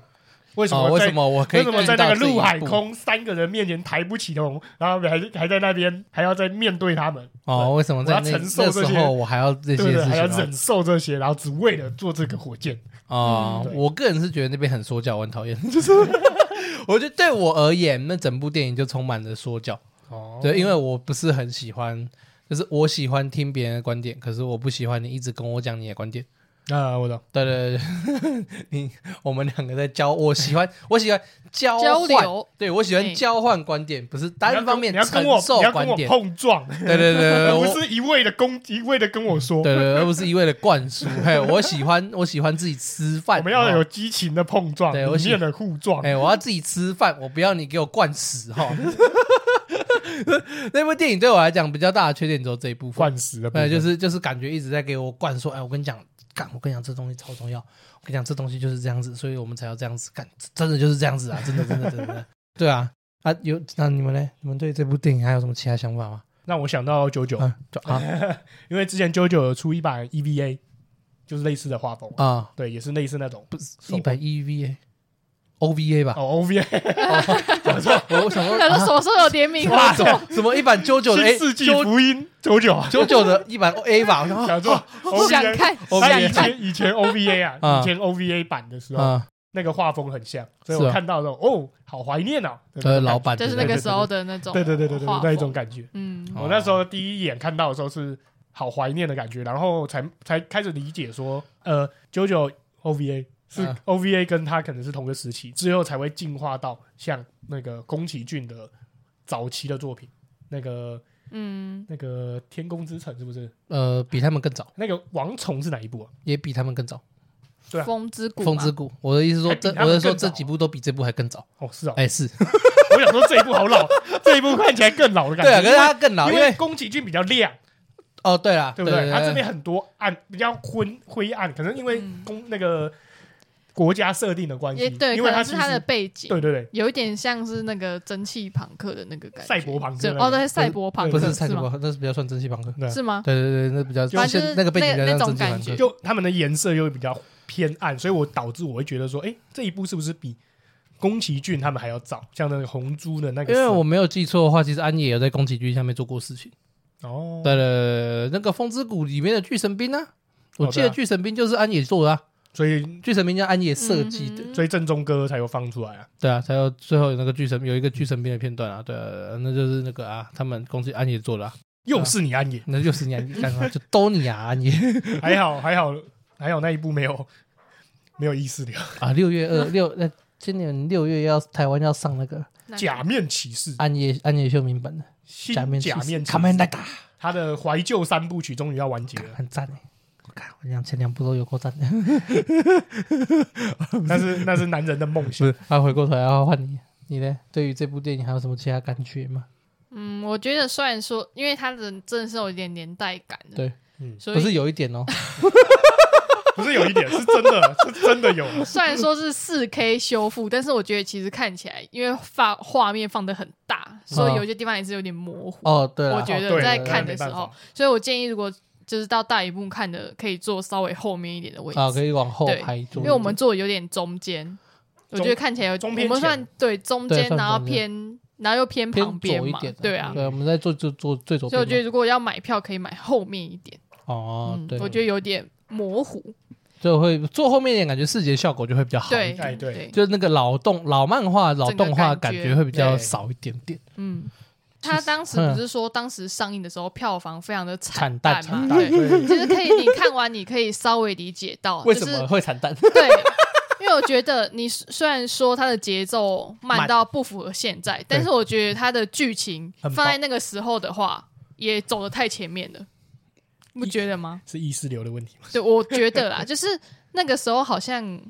[SPEAKER 2] 为什
[SPEAKER 1] 哦
[SPEAKER 2] 么我
[SPEAKER 1] 为
[SPEAKER 2] 在、
[SPEAKER 1] 什么我可以
[SPEAKER 2] 为什么在
[SPEAKER 1] 到
[SPEAKER 2] 那个
[SPEAKER 1] 这一
[SPEAKER 2] 陆海
[SPEAKER 1] 步
[SPEAKER 2] 空三个人面前抬不起头，然后还还在那边还要再面对他们？
[SPEAKER 1] 哦？为什么在
[SPEAKER 2] 我
[SPEAKER 1] 那
[SPEAKER 2] 要承受
[SPEAKER 1] 那
[SPEAKER 2] 这
[SPEAKER 1] 时
[SPEAKER 2] 些
[SPEAKER 1] 候我还要这
[SPEAKER 2] 对
[SPEAKER 1] 些
[SPEAKER 2] 对不对？
[SPEAKER 1] 事
[SPEAKER 2] 还要
[SPEAKER 1] 情啊
[SPEAKER 2] 忍受这些，然后只为了做这个火箭。
[SPEAKER 1] 啊？哦
[SPEAKER 2] 嗯对
[SPEAKER 1] 我个人是觉得那边很说教，我很讨厌。就是 <laughs> 我觉得对我而言，那整部电影就充满了说教。
[SPEAKER 2] 哦
[SPEAKER 1] 对，因为我不是很喜欢，就是我喜欢听别人的观点，可是我不喜欢你一直跟我讲你的观点。
[SPEAKER 2] 啊，我懂。
[SPEAKER 1] 对对对
[SPEAKER 2] <laughs>
[SPEAKER 1] 对，你我们两个在交，我喜欢 <laughs> 我喜欢交
[SPEAKER 3] 交
[SPEAKER 1] 换，
[SPEAKER 3] 流
[SPEAKER 1] 对我喜欢
[SPEAKER 3] 嗯
[SPEAKER 1] 交换观点，不是
[SPEAKER 2] 你要
[SPEAKER 1] 单
[SPEAKER 2] 跟
[SPEAKER 1] 方面
[SPEAKER 2] 你要
[SPEAKER 1] 承
[SPEAKER 2] 跟我，
[SPEAKER 1] 受
[SPEAKER 2] 你要跟
[SPEAKER 1] 观
[SPEAKER 2] 我
[SPEAKER 1] 点。
[SPEAKER 2] 碰撞，
[SPEAKER 1] 对对对对，
[SPEAKER 2] <laughs> 而
[SPEAKER 1] 对我
[SPEAKER 2] 不是一味的攻，一味的跟我说。
[SPEAKER 1] 对对对，而不是一味的灌输。嘿，我喜欢 <laughs> 我喜欢自己吃饭，
[SPEAKER 2] 我们要
[SPEAKER 1] 好不好
[SPEAKER 2] 有激情的碰撞，
[SPEAKER 1] 哦对我
[SPEAKER 2] 理
[SPEAKER 1] 喜
[SPEAKER 2] 念的互撞
[SPEAKER 1] 哎、。我要自己吃饭，我不要你给我灌死
[SPEAKER 2] <laughs>
[SPEAKER 1] 哈。那部电影对我来讲比较大的缺点只有这一部分，
[SPEAKER 2] 灌食的部
[SPEAKER 1] 对，
[SPEAKER 2] 分，
[SPEAKER 1] 哎就是就是感觉一直在给我灌输，哎，我跟你讲，干，我跟你讲这东西超重要，我跟你讲这东西就是这样子，所以我们才要这样子干，真的就是这样子啊，真的真的真的真的， <laughs> 对啊。啊，有那你们呢？你们对这部电影还有什么其他想法吗？
[SPEAKER 2] 让我想到九九，
[SPEAKER 1] 啊就啊
[SPEAKER 2] 哎因为之前九九有出一版 EVA，就是类似的画风，
[SPEAKER 1] 啊，
[SPEAKER 2] 对，也是类似那种
[SPEAKER 1] 不是一百 E EVA、OVA 吧？
[SPEAKER 2] 哦 OVA
[SPEAKER 1] <laughs> 我我想说
[SPEAKER 3] <laughs>
[SPEAKER 1] 啊
[SPEAKER 3] 他说什么时候有联名合
[SPEAKER 1] 什
[SPEAKER 3] 作？
[SPEAKER 1] 么什么一版九九的 A
[SPEAKER 2] 新世纪
[SPEAKER 1] 九
[SPEAKER 2] 福音九九，啊
[SPEAKER 1] 九九的一版 A 吧？我想
[SPEAKER 2] <laughs>
[SPEAKER 1] 说
[SPEAKER 2] 想说
[SPEAKER 3] 想
[SPEAKER 2] OVA，
[SPEAKER 3] 看，
[SPEAKER 1] OVA
[SPEAKER 2] 他
[SPEAKER 3] 想
[SPEAKER 2] 以
[SPEAKER 3] 看，
[SPEAKER 2] 前以前 OVA
[SPEAKER 1] <laughs> 啊
[SPEAKER 2] 啊，以前 OVA 版的时候，
[SPEAKER 1] 啊，
[SPEAKER 2] 那个画风很像，所以
[SPEAKER 1] 是
[SPEAKER 2] 我
[SPEAKER 1] 啊
[SPEAKER 2] 看到的时候哦，好怀念哦，的那
[SPEAKER 1] 呃，
[SPEAKER 2] 种
[SPEAKER 1] 老板
[SPEAKER 2] 感觉，
[SPEAKER 3] 就是
[SPEAKER 1] 之类
[SPEAKER 3] 那
[SPEAKER 1] 的
[SPEAKER 3] 个时候的那种，
[SPEAKER 2] 对对对对对，对那一种，感觉。
[SPEAKER 3] 嗯，
[SPEAKER 1] 哦
[SPEAKER 2] 我那时候第一眼看到的时候是好怀念的感觉，然后才才开始理解说，呃，九九 OVA 是
[SPEAKER 1] 嗯
[SPEAKER 2] OVA 跟他可能是同个时期，之后才会进化到像那个宫崎骏的早期的作品，那个
[SPEAKER 3] 嗯，
[SPEAKER 2] 那个《天宫之城》是不是？
[SPEAKER 1] 呃，比他们更早，
[SPEAKER 2] 那个王虫是哪一部啊？
[SPEAKER 1] 也比他们更早。
[SPEAKER 2] 对啊
[SPEAKER 3] 风之谷
[SPEAKER 1] 《
[SPEAKER 3] 嘛，
[SPEAKER 1] 风之谷》，我的意思是说
[SPEAKER 2] 还比
[SPEAKER 1] 这，
[SPEAKER 2] 他们
[SPEAKER 1] 我是说
[SPEAKER 2] 更早
[SPEAKER 1] 这几部都比这部还更早。
[SPEAKER 2] 哦，是啊， <laughs>
[SPEAKER 1] 哎，是
[SPEAKER 2] 我想说这一部好老，这一部看起来更老的感
[SPEAKER 1] 对
[SPEAKER 2] 觉。
[SPEAKER 1] 啊，可是它更
[SPEAKER 2] 因
[SPEAKER 1] 老，
[SPEAKER 2] 为
[SPEAKER 1] 因
[SPEAKER 2] 因为
[SPEAKER 1] 为
[SPEAKER 2] 宫崎骏比较亮，
[SPEAKER 1] 哦，对啦，
[SPEAKER 2] 对不
[SPEAKER 1] 对
[SPEAKER 2] 对？他这边很多暗，比较昏灰暗，可能因为宫那个国家设定的关系
[SPEAKER 3] 也，对，
[SPEAKER 2] 因为
[SPEAKER 3] 可能
[SPEAKER 2] 其
[SPEAKER 3] 是
[SPEAKER 2] 实
[SPEAKER 3] 它的背景，
[SPEAKER 2] 对对对，
[SPEAKER 3] 有一点像是那个蒸汽朋克的那个感觉，
[SPEAKER 2] 赛博朋克
[SPEAKER 3] 对
[SPEAKER 2] 那个
[SPEAKER 3] 哦，对，赛博朋
[SPEAKER 1] 不
[SPEAKER 3] 克
[SPEAKER 1] 是
[SPEAKER 3] 是
[SPEAKER 1] 蔡徐
[SPEAKER 3] 吗
[SPEAKER 1] 坤，那是比较算蒸汽朋克。
[SPEAKER 2] 对
[SPEAKER 3] 是吗？
[SPEAKER 1] 对对对，那比较
[SPEAKER 3] 反正就是
[SPEAKER 1] 那个背景比较
[SPEAKER 3] 那
[SPEAKER 1] 像
[SPEAKER 3] 那
[SPEAKER 1] 蒸
[SPEAKER 3] 种
[SPEAKER 1] 汽朋
[SPEAKER 3] 感
[SPEAKER 1] 克
[SPEAKER 3] 觉。
[SPEAKER 2] 就他们的颜色又比较偏暗，所以我导致我会觉得说，哎，这一部是不是比宫崎骏他们还要早？像那个红猪的那个
[SPEAKER 1] 因
[SPEAKER 2] 色，
[SPEAKER 1] 为我没有记错的话，其实安野有在宫崎骏下面做过事情。
[SPEAKER 2] 哦，
[SPEAKER 3] 嗯
[SPEAKER 1] 对对对对，对那个《风之谷》里面的巨神兵呢、我记
[SPEAKER 2] 对
[SPEAKER 1] 得
[SPEAKER 2] 啊
[SPEAKER 1] 巨神兵就是安野做的、啊，
[SPEAKER 2] 所以
[SPEAKER 1] 巨神兵叫安野设计的，
[SPEAKER 3] 嗯
[SPEAKER 2] 所以正宗歌才有放出来啊。
[SPEAKER 1] 对啊，才有最后有那个巨神有一个巨神兵的片段啊，对啊对啊那就是那个啊，他们公司安野做的、啊，
[SPEAKER 2] 又是你安野，
[SPEAKER 1] 那就是你安野干嘛就都你啊安野
[SPEAKER 2] 还好还好还好那一部没有没有意识流，
[SPEAKER 1] 啊，六月二六那今年六月要台湾要上那个
[SPEAKER 3] 那
[SPEAKER 2] 假面骑士，
[SPEAKER 1] 安野安野秀明版的
[SPEAKER 2] 新
[SPEAKER 1] 假面
[SPEAKER 2] 假面骑
[SPEAKER 1] 卡梅
[SPEAKER 2] 士
[SPEAKER 1] 那嘎，
[SPEAKER 2] 他的怀旧三部曲终于要完结
[SPEAKER 1] <laughs>
[SPEAKER 2] 了，
[SPEAKER 1] 很赞哎、我看我两前两部都有过赞的，
[SPEAKER 2] 但是那是男人的梦
[SPEAKER 1] 不
[SPEAKER 2] 想。
[SPEAKER 1] 是？ <laughs> 啊，回过头来要换你，你呢？对于这部电影还有什么其他感觉吗？
[SPEAKER 3] 嗯，我觉得虽然说，因为它的真的是有一点年代感的，
[SPEAKER 1] 对
[SPEAKER 2] 嗯
[SPEAKER 3] 所
[SPEAKER 1] 不是
[SPEAKER 3] 以
[SPEAKER 1] 有一点哦，
[SPEAKER 2] 不是有一点是真的， <laughs> 是真的有。
[SPEAKER 3] 虽然说是四 K 修复，但是我觉得其实看起来，因为放画面放的很大，所以有些地方也是有点模糊。
[SPEAKER 1] 嗯哦对了，
[SPEAKER 3] 我觉
[SPEAKER 2] 哦
[SPEAKER 3] 得
[SPEAKER 2] 对
[SPEAKER 3] 在
[SPEAKER 2] 对
[SPEAKER 3] 看
[SPEAKER 2] 对
[SPEAKER 3] 的时
[SPEAKER 2] 没办
[SPEAKER 3] 候
[SPEAKER 2] 法，
[SPEAKER 3] 所以我建议如果就是到大一部看的，可以坐稍微后面一点的位置，
[SPEAKER 1] 啊，可以往后
[SPEAKER 3] 对
[SPEAKER 1] 排坐，
[SPEAKER 3] 因为我们坐的有点中间，我觉得看起来有
[SPEAKER 2] 中
[SPEAKER 3] 我
[SPEAKER 2] 偏
[SPEAKER 3] 们
[SPEAKER 2] 前
[SPEAKER 3] 算对中
[SPEAKER 1] 对
[SPEAKER 3] 间，
[SPEAKER 1] 算
[SPEAKER 3] 然后
[SPEAKER 1] 中间
[SPEAKER 3] 偏然后又偏
[SPEAKER 1] 偏
[SPEAKER 3] 旁边
[SPEAKER 1] 左一
[SPEAKER 3] 嘛
[SPEAKER 1] 点，，
[SPEAKER 3] 对啊。
[SPEAKER 1] 对，我们在坐坐坐最左
[SPEAKER 3] 所以我觉得
[SPEAKER 1] 边嘛。
[SPEAKER 3] 如果要买票，可以买后面一点，
[SPEAKER 1] 哦
[SPEAKER 3] 嗯，
[SPEAKER 1] 对，，
[SPEAKER 3] 我觉得有点模糊，
[SPEAKER 1] 就会坐后面一点，感觉视觉效果就会比较好。
[SPEAKER 3] 对
[SPEAKER 2] 哎对
[SPEAKER 3] 对，
[SPEAKER 1] 就是那个老动老漫画、老动画
[SPEAKER 3] 整个感
[SPEAKER 1] 感
[SPEAKER 3] 觉
[SPEAKER 1] 觉会比较
[SPEAKER 2] 对
[SPEAKER 1] 少一点点。
[SPEAKER 3] 嗯，他当时不是说当时上映的时候票房非常的惨淡
[SPEAKER 1] 惨
[SPEAKER 3] 嘛？
[SPEAKER 2] 大
[SPEAKER 3] 对，
[SPEAKER 2] 对
[SPEAKER 3] 其实可以，你看完你可以稍微理解
[SPEAKER 1] <laughs>
[SPEAKER 3] 到，
[SPEAKER 1] 为
[SPEAKER 3] 哦就
[SPEAKER 1] 什
[SPEAKER 3] 是
[SPEAKER 1] 么会惨淡？
[SPEAKER 3] 对，因为我觉得你虽然说它的节奏慢到不符合现在，但是我觉得它的剧情
[SPEAKER 2] 很棒
[SPEAKER 3] 放在那个时候的话，也走的太前面了，你不觉得吗？
[SPEAKER 1] <laughs>
[SPEAKER 2] 是意识流的问题吗？
[SPEAKER 3] 对，我觉得啦，就是那个时候好像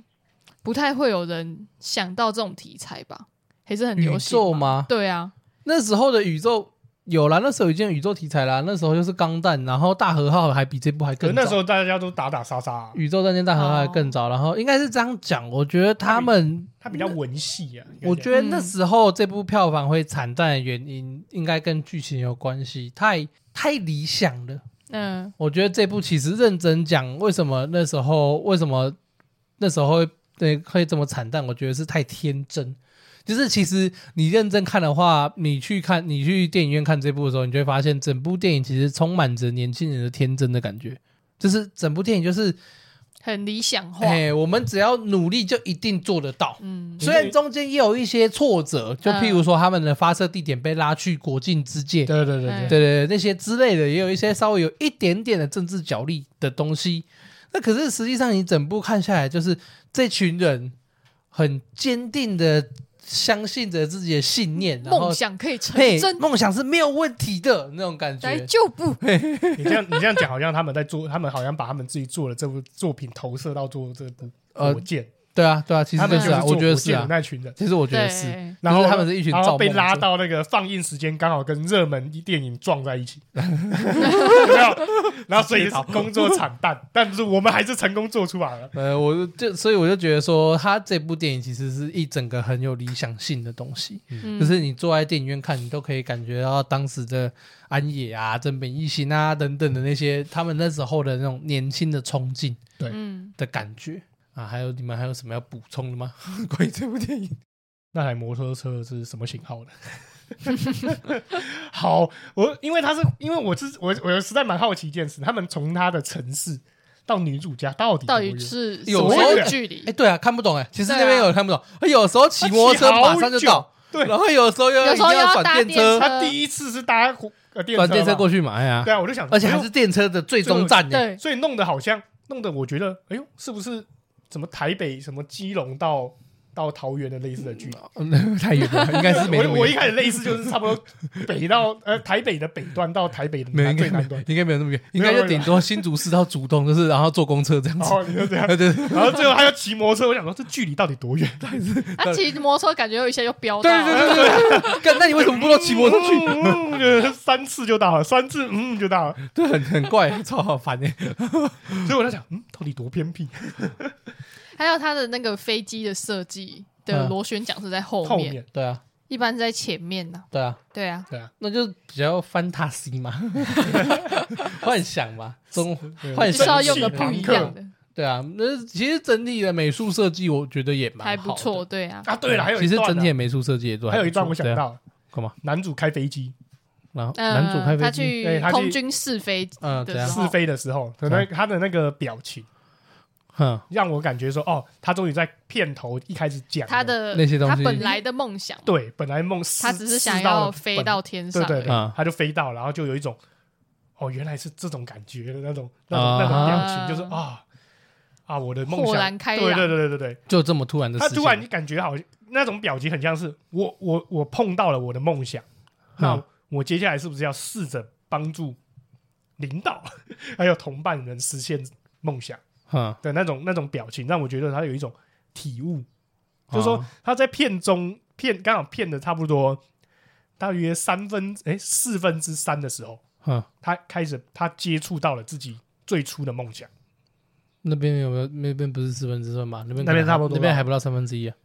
[SPEAKER 3] 不太会有人想到这种题材吧，还是很流
[SPEAKER 1] 宇
[SPEAKER 3] 行
[SPEAKER 1] 宙
[SPEAKER 3] 嘛
[SPEAKER 1] 吗？
[SPEAKER 3] 对啊，
[SPEAKER 1] 那时候的宇宙有啦，那时候已经有宇宙题材啦，那时候就是钢弹，然后大和号还比这部还
[SPEAKER 2] <laughs> 可
[SPEAKER 1] 更
[SPEAKER 2] 是
[SPEAKER 1] 早。
[SPEAKER 2] 那时候嗯大家都打打杀杀啊，
[SPEAKER 1] 宇宙战舰大和号还更早，然后应该是这样讲。我觉得他们，
[SPEAKER 2] 他比较文戏啊。
[SPEAKER 1] 我觉
[SPEAKER 2] 得
[SPEAKER 1] 得那时候这部票房会惨淡的原因，应该跟剧情有关系，太太理想了。
[SPEAKER 3] 嗯，
[SPEAKER 1] 我觉得这部其实认真讲，为什么那时候为什么那时候会对会这么惨淡？我觉得是太天真。就是其实你认真看的话，你去看你去电影院看这部的时候，你就会发现整部电影其实充满着年轻人的天真的感觉。就是整部电影就是，
[SPEAKER 3] 很理想化，
[SPEAKER 1] 哎、我们只要努力就一定做得到。
[SPEAKER 3] 嗯
[SPEAKER 1] 虽然中间也有一些挫折，就譬如说他们的发射地点被拉去国境之界，
[SPEAKER 2] 对对对对
[SPEAKER 3] 哎
[SPEAKER 1] 对对对，那些之类的，也有一些稍微有一点点的政治角力的东西。那可是实际上，你整部看下来，就是这群人很坚定的相信着自己的信念，然后
[SPEAKER 3] 梦想可以成
[SPEAKER 1] 嘿，
[SPEAKER 3] 真，
[SPEAKER 1] 梦想是没有问题的那种感
[SPEAKER 3] 来
[SPEAKER 1] 觉。
[SPEAKER 3] 就不
[SPEAKER 2] 对，你这样你这样讲，好像他们在做，他们好像把他们自己做的这部作品投射到做这部
[SPEAKER 1] 呃
[SPEAKER 2] 火箭，
[SPEAKER 1] 对啊，对啊，其实
[SPEAKER 2] 他们就是
[SPEAKER 1] 啊，
[SPEAKER 2] 做
[SPEAKER 1] 我觉得
[SPEAKER 2] 火
[SPEAKER 1] 是
[SPEAKER 2] 箭的
[SPEAKER 1] 啊，
[SPEAKER 2] 那群人。
[SPEAKER 1] 其实我觉得是，
[SPEAKER 3] 对，
[SPEAKER 2] 然后
[SPEAKER 1] 就是他们是一群
[SPEAKER 2] 然
[SPEAKER 1] 造梦
[SPEAKER 2] 后被
[SPEAKER 1] 者
[SPEAKER 2] 拉到那个放映时间，刚好跟热门电影撞在
[SPEAKER 1] <laughs>
[SPEAKER 2] 一起，有没有然后所以工作惨淡，但是我们还是成功做出来了。
[SPEAKER 1] 呃，我就就所以我就觉得说，他这部电影其实是一整个很有理想性的东西。
[SPEAKER 3] 嗯
[SPEAKER 1] 就是你坐在电影院看，你都可以感觉到当时的安野啊、真本一行啊等等的那些他们那时候的那种年轻的冲劲
[SPEAKER 3] 嗯，
[SPEAKER 1] 的感觉啊。还有你们还有什么要补充的吗？ <laughs> 关于这部电影？
[SPEAKER 2] 那台摩托车是什么型号的？ <laughs> 好，我因为他是因为我是我我实在蛮好奇一件事，他们从他的城市到女主家到底
[SPEAKER 3] 到
[SPEAKER 2] 多
[SPEAKER 3] 底
[SPEAKER 2] 远
[SPEAKER 3] 是
[SPEAKER 1] 有
[SPEAKER 3] 什么
[SPEAKER 2] 时
[SPEAKER 3] 样
[SPEAKER 2] 候
[SPEAKER 3] 的距离
[SPEAKER 1] 哎、？对啊，看不懂哎、其实
[SPEAKER 3] 对啊
[SPEAKER 1] 那边有看不懂，有时候骑摩托车
[SPEAKER 2] 他骑好
[SPEAKER 1] 马上就到，
[SPEAKER 2] 对
[SPEAKER 1] 然后有时候又
[SPEAKER 3] 有时候
[SPEAKER 1] 一定
[SPEAKER 3] 又
[SPEAKER 1] 要
[SPEAKER 3] 要搭
[SPEAKER 1] 转
[SPEAKER 3] 电
[SPEAKER 1] 车
[SPEAKER 3] 车，
[SPEAKER 2] 他第一次是搭火呃电车
[SPEAKER 1] 转电车
[SPEAKER 2] 嘛
[SPEAKER 1] 过去嘛，哎呀、
[SPEAKER 2] 对啊，我就想，
[SPEAKER 1] 而且还
[SPEAKER 2] 哎
[SPEAKER 1] 是电车的最终站呢、
[SPEAKER 3] 对
[SPEAKER 2] 呦，所以弄得好像弄得我觉得，哎呦，是不是什么台北什么基隆到到桃园的类似的剧。
[SPEAKER 1] 嗯 <laughs> 太远了，应该是没那
[SPEAKER 2] 我
[SPEAKER 1] 么
[SPEAKER 2] 我一
[SPEAKER 1] 远，
[SPEAKER 2] 开始类似就是差不多北到呃台北的北端到台北的
[SPEAKER 1] 没有
[SPEAKER 2] 南
[SPEAKER 1] 应
[SPEAKER 2] 最
[SPEAKER 1] 该
[SPEAKER 2] 南端，
[SPEAKER 1] 应该没有那么远，应
[SPEAKER 2] 没
[SPEAKER 1] 该
[SPEAKER 2] 有没有哦
[SPEAKER 1] 就顶多新竹市到竹东，就是然后坐公车这样
[SPEAKER 2] 然
[SPEAKER 1] 子。
[SPEAKER 2] 后你就这样，
[SPEAKER 1] <laughs> 对对对
[SPEAKER 2] 然后最后还要骑摩托车，我想说这距离到底多远？
[SPEAKER 3] 他骑啊摩托车感觉有一下就
[SPEAKER 2] 哦
[SPEAKER 3] 飙到
[SPEAKER 1] 对对
[SPEAKER 3] 了，
[SPEAKER 1] 对对，干那你为什么不知道骑摩托去？
[SPEAKER 2] 嗯，嗯三次就到了，三次嗯就到了，
[SPEAKER 1] 对，很很怪，超好烦哎。
[SPEAKER 2] 所以我在想，嗯，到底多偏僻？
[SPEAKER 3] 还有他的那个飞机的设计的
[SPEAKER 1] 嗯
[SPEAKER 3] 螺旋桨是在后
[SPEAKER 2] 后
[SPEAKER 3] 面，
[SPEAKER 2] 面
[SPEAKER 1] 对啊，
[SPEAKER 3] 一般是在前面呢。
[SPEAKER 1] 对啊，
[SPEAKER 3] 对啊，
[SPEAKER 1] 那就比较 fantasy <laughs> 嘛，幻想嘛，中
[SPEAKER 2] 对
[SPEAKER 1] 幻
[SPEAKER 3] 就是
[SPEAKER 1] 想
[SPEAKER 3] 要
[SPEAKER 2] 神
[SPEAKER 3] 用
[SPEAKER 2] 奇
[SPEAKER 3] 个
[SPEAKER 2] 朋
[SPEAKER 3] 不一
[SPEAKER 2] 克
[SPEAKER 3] 样的，
[SPEAKER 1] 对啊，那其实整体的美术设计我觉得也蛮
[SPEAKER 3] 还
[SPEAKER 1] 好
[SPEAKER 3] 不
[SPEAKER 1] 的
[SPEAKER 3] 错。。对啊，
[SPEAKER 2] 啊，对了，还有一
[SPEAKER 1] 其实
[SPEAKER 2] 段啊
[SPEAKER 1] 整体的美术设计也都
[SPEAKER 2] 还有一
[SPEAKER 1] 不错
[SPEAKER 2] 段我想
[SPEAKER 1] 对啊
[SPEAKER 2] 到了，
[SPEAKER 1] 干嘛？
[SPEAKER 2] 男主开飞机
[SPEAKER 1] 然后
[SPEAKER 3] 呃
[SPEAKER 1] 男主啊开
[SPEAKER 3] 他
[SPEAKER 1] 飞机，哎
[SPEAKER 3] 去
[SPEAKER 2] 对他去
[SPEAKER 3] 空军试飞，
[SPEAKER 1] 嗯，
[SPEAKER 3] 的
[SPEAKER 1] 怎样
[SPEAKER 3] 时？候
[SPEAKER 2] 试飞的时候，可能他的那个表情
[SPEAKER 1] 哼，
[SPEAKER 2] 让我感觉说，哦，他终于在片头一开始讲了
[SPEAKER 3] 他的
[SPEAKER 1] 那些东西
[SPEAKER 3] 他本来的梦想，
[SPEAKER 2] 对，本来梦
[SPEAKER 3] 他只是想要飞到天上
[SPEAKER 2] 对
[SPEAKER 3] 而已，
[SPEAKER 2] 对
[SPEAKER 1] 嗯
[SPEAKER 2] 对，他就飞到，然后就有一种哦，原来是这种感觉的那种那
[SPEAKER 1] 啊
[SPEAKER 2] 种那种表情，就是啊啊，我的梦
[SPEAKER 3] 豁
[SPEAKER 2] 想
[SPEAKER 3] 然，开
[SPEAKER 2] 对对
[SPEAKER 3] 朗，
[SPEAKER 2] 对对对
[SPEAKER 1] 就这么突然的
[SPEAKER 2] 对，
[SPEAKER 1] 事
[SPEAKER 2] 他
[SPEAKER 1] 情，
[SPEAKER 2] 突然感觉好像那种表情很像是我我我碰到了我的梦想，那
[SPEAKER 1] 嗯
[SPEAKER 2] 我接下来是不是要试着帮助领导还有同伴人实现梦想
[SPEAKER 1] 哼，
[SPEAKER 2] 的那种那种表情，让我觉得他有一种体悟，
[SPEAKER 1] 嗯
[SPEAKER 2] 就是说他在片中片刚好片的差不多大约三分哎四分之三的时候，
[SPEAKER 1] 哼，
[SPEAKER 2] 他开始他接触到了自己最初的梦想，
[SPEAKER 1] 那边有没有？那边不是四分之三吗？那边
[SPEAKER 2] 那边差不多吧
[SPEAKER 1] 那边还不到三分之一啊，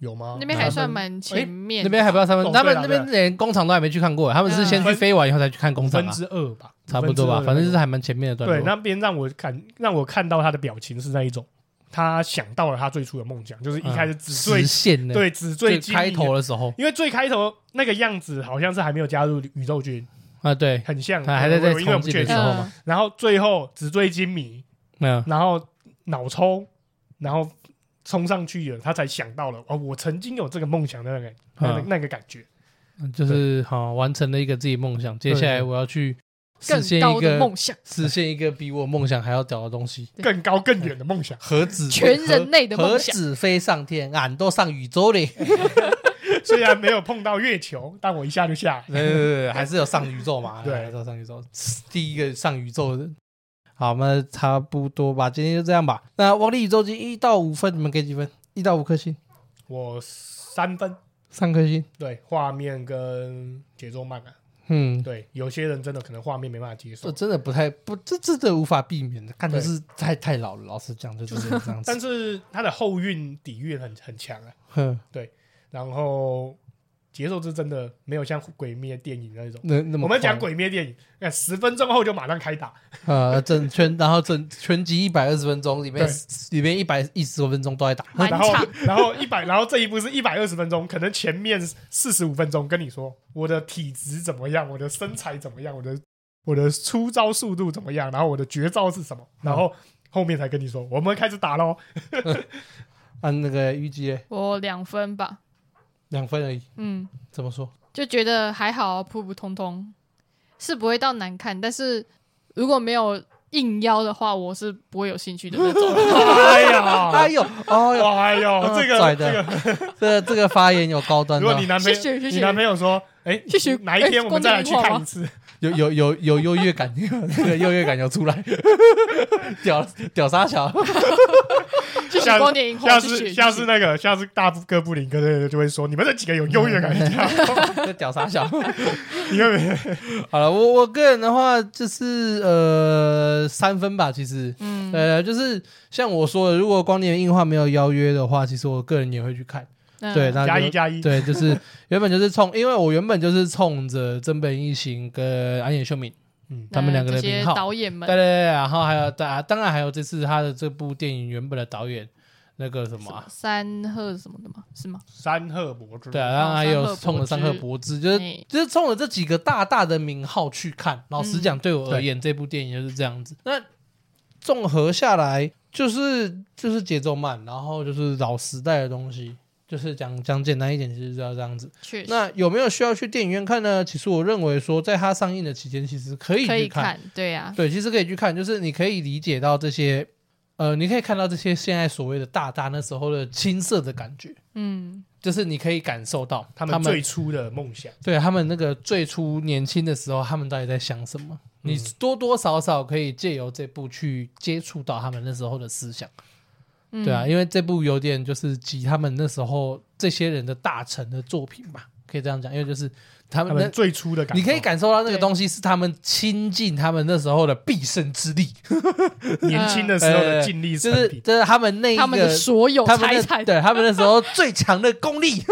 [SPEAKER 2] 有吗
[SPEAKER 3] 那边还算蛮前面，
[SPEAKER 1] 哎
[SPEAKER 3] 呃
[SPEAKER 1] 那边还不到三分，
[SPEAKER 2] 哦
[SPEAKER 1] 他们
[SPEAKER 2] 对啦
[SPEAKER 1] 那
[SPEAKER 2] 对啦
[SPEAKER 1] 边连工厂都还没去看过，他们
[SPEAKER 3] 嗯
[SPEAKER 1] 是先去飞完以后才去看工
[SPEAKER 2] 五
[SPEAKER 1] 厂
[SPEAKER 2] 分
[SPEAKER 1] 啊，
[SPEAKER 2] 之二吧，
[SPEAKER 1] 差不多吧，
[SPEAKER 2] 五
[SPEAKER 1] 反
[SPEAKER 2] 分
[SPEAKER 1] 正就
[SPEAKER 2] 之二
[SPEAKER 1] 是
[SPEAKER 2] 啊
[SPEAKER 1] 还蛮前面的段
[SPEAKER 2] 对
[SPEAKER 1] 落。
[SPEAKER 2] 那边让我看让我看到他的表情是那一种，他想到了他最初的梦想，就是一开始纸醉
[SPEAKER 1] 啊实现呢，
[SPEAKER 2] 对纸醉
[SPEAKER 1] 最
[SPEAKER 2] 金迷
[SPEAKER 1] 开头，的时候
[SPEAKER 2] 因为最开头那个样子好像是还没有加入宇宙军，
[SPEAKER 1] 啊，对，
[SPEAKER 2] 很像，
[SPEAKER 1] 他还在在
[SPEAKER 2] 我因为我
[SPEAKER 1] 重
[SPEAKER 2] 不
[SPEAKER 1] 进
[SPEAKER 2] 确
[SPEAKER 1] 的时
[SPEAKER 2] 定，
[SPEAKER 1] 候嘛，
[SPEAKER 2] 然后最后纸醉金迷。
[SPEAKER 1] 嗯，
[SPEAKER 2] 然后脑抽，然后冲上去了，他才想到了哦，我曾经有这个梦想的那个、那个
[SPEAKER 1] 嗯
[SPEAKER 2] 那个感觉，
[SPEAKER 1] 就是好完成了一个自己梦想，接下来
[SPEAKER 2] 对
[SPEAKER 1] 我要去实现
[SPEAKER 3] 更
[SPEAKER 1] 一
[SPEAKER 3] 高的
[SPEAKER 1] 个
[SPEAKER 3] 梦想，
[SPEAKER 1] 实现一个比我梦想还要屌的东西，
[SPEAKER 3] 对
[SPEAKER 2] 更高更远的
[SPEAKER 1] <laughs>
[SPEAKER 2] 梦想。
[SPEAKER 1] 何止
[SPEAKER 3] 全人类的
[SPEAKER 1] 何
[SPEAKER 3] 梦想。
[SPEAKER 1] 止飞上天，俺都上宇宙嘞！
[SPEAKER 2] 虽然没有碰到月球，但我一下就下来。
[SPEAKER 1] <laughs> 对对对，还是有上宇宙嘛，
[SPEAKER 2] 对
[SPEAKER 1] 还是有上宇宙，第一个上宇宙的。好，那差不多吧，今天就这样吧。那《王力宇宙机》一到五分，你们给几分？一到五颗星，
[SPEAKER 2] 我三分，
[SPEAKER 1] 三颗星。
[SPEAKER 2] 对画面跟节奏慢啊，
[SPEAKER 1] 嗯，
[SPEAKER 2] 对有些人真的可能画面没办法接
[SPEAKER 1] 这
[SPEAKER 2] 受，
[SPEAKER 1] 真的不太不，这真的无法避免的，看的
[SPEAKER 2] 对
[SPEAKER 1] 是太太老了。老实讲，就就是这样子
[SPEAKER 2] <laughs> 但。是它的后韵底蕴很很强啊，
[SPEAKER 1] 哼，
[SPEAKER 2] 然后节奏是真的没有像鬼灭电影那种。
[SPEAKER 1] 那那么
[SPEAKER 2] 我们讲
[SPEAKER 1] 快
[SPEAKER 2] 鬼灭电影，那十分钟后就马上开打，
[SPEAKER 1] <laughs> 呃，整圈，然后整全集一百二十分钟，里面里面一百一十分钟都在打。 <laughs>
[SPEAKER 3] 满
[SPEAKER 2] 然后
[SPEAKER 3] 场，
[SPEAKER 2] <laughs> 然后一百，然后这一步是一百二十分钟，可能前面四十五分钟跟你说我的体质怎么样，我的身材怎么样，我的我的出招速度怎么样，然后我的绝招是什么，
[SPEAKER 1] 嗯
[SPEAKER 2] 然后后面才跟你说我们开始打喽。
[SPEAKER 1] 按、啊那个预计嘞
[SPEAKER 3] <laughs> 我两分吧，
[SPEAKER 1] 两分而已，
[SPEAKER 3] 嗯，
[SPEAKER 1] 怎么说？
[SPEAKER 3] 就觉得还好，普普通通，是不会到难看，但是如果没有应邀的话，我是不会有兴趣的
[SPEAKER 2] <laughs>
[SPEAKER 3] 那种。
[SPEAKER 2] 哎呀
[SPEAKER 1] 哎，呦，哎呦，
[SPEAKER 2] 哎呦，这
[SPEAKER 1] 拽的
[SPEAKER 2] 个这个，
[SPEAKER 1] 这个这个发言有高端
[SPEAKER 2] 如
[SPEAKER 1] 的
[SPEAKER 2] 果
[SPEAKER 1] 哦
[SPEAKER 2] 你，男朋友
[SPEAKER 3] 谢谢谢谢
[SPEAKER 2] 你男朋友说，哎
[SPEAKER 3] 谢谢，
[SPEAKER 2] 哪一天我们再来去看一次，
[SPEAKER 1] 有有有有优越感， <laughs> 那个优越感有出来，屌屌啥小，
[SPEAKER 3] 谢谢
[SPEAKER 2] 下
[SPEAKER 3] 光年银
[SPEAKER 2] <laughs> 下
[SPEAKER 3] 花，谢
[SPEAKER 2] 次
[SPEAKER 3] 谢
[SPEAKER 2] 下次那个下次大哥布林哥就会说你们这几个有优越感，
[SPEAKER 1] 嗯这屌啥小。
[SPEAKER 2] 你会不会
[SPEAKER 1] 好了，我我个人的话就是呃三分吧，其实，
[SPEAKER 3] 嗯
[SPEAKER 1] 呃，就是像我说的，如果光年映画没有邀约的话，其实我个人也会去看。
[SPEAKER 3] 嗯
[SPEAKER 1] 对， <laughs> 那
[SPEAKER 2] 加
[SPEAKER 1] 就
[SPEAKER 2] 一加一，
[SPEAKER 1] 对，就是原本就是冲，因为我原本就是冲着真本一行跟安野秀明，
[SPEAKER 2] 嗯
[SPEAKER 1] 他们两个
[SPEAKER 3] 这
[SPEAKER 1] 的
[SPEAKER 3] 些
[SPEAKER 1] 名号，
[SPEAKER 3] 导演
[SPEAKER 1] 对
[SPEAKER 3] 们
[SPEAKER 1] 对，对，然后还有当当然还有这次他的这部电影原本的导演那个什么、啊，
[SPEAKER 3] 三鹤什么的嘛，是吗？
[SPEAKER 2] 山鹤博之
[SPEAKER 1] 对啊，然后还有冲着
[SPEAKER 3] 山
[SPEAKER 1] 上
[SPEAKER 3] 鹤
[SPEAKER 1] 鹤
[SPEAKER 3] 博
[SPEAKER 1] 博之，就是
[SPEAKER 3] 哎
[SPEAKER 1] 就是冲着这几个大大的名号去看。老实讲，嗯对我而言，这部电影就是这样子。那综合下来，就是就是节奏慢，然后就是老时代的东西。就是讲讲简单一点，其实就要这样子。
[SPEAKER 3] 确实
[SPEAKER 1] 那有没有需要去电影院看呢？其实我认为说，在它上映的期间，其实可以
[SPEAKER 3] 可
[SPEAKER 1] 去
[SPEAKER 3] 以
[SPEAKER 1] 看。
[SPEAKER 3] 看，对啊，
[SPEAKER 1] 对，其实可以去看，就是你可以理解到这些呃，你可以看到这些现在所谓的大大那时候的青涩的感觉，
[SPEAKER 3] 嗯，
[SPEAKER 1] 就是你可以感受到
[SPEAKER 2] 他们最初的梦想，
[SPEAKER 1] 对他们那个最初年轻的时候，他们到底在想什么？
[SPEAKER 2] 嗯
[SPEAKER 1] 你多多少少可以借由这部去接触到他们那时候的思想，
[SPEAKER 3] 嗯
[SPEAKER 1] 对啊，，因为这部有点就是集他们那时候这些人的大成的作品吧，可以这样讲，因为就是他
[SPEAKER 2] 他
[SPEAKER 1] 们那
[SPEAKER 2] 们最初的感受，
[SPEAKER 1] 你可以感受到那个
[SPEAKER 3] 对
[SPEAKER 1] 东西是他们亲近他们那时候的毕生之
[SPEAKER 2] <laughs>
[SPEAKER 1] 力，
[SPEAKER 2] 年轻的时候的
[SPEAKER 1] 呃
[SPEAKER 2] 尽力成
[SPEAKER 1] 就是
[SPEAKER 2] 品，
[SPEAKER 1] 就是他们那一
[SPEAKER 3] 他们的
[SPEAKER 1] 个。
[SPEAKER 3] 所有
[SPEAKER 1] 他们
[SPEAKER 3] 财
[SPEAKER 1] 的
[SPEAKER 3] 产，
[SPEAKER 1] 对他们那时候最强的功力，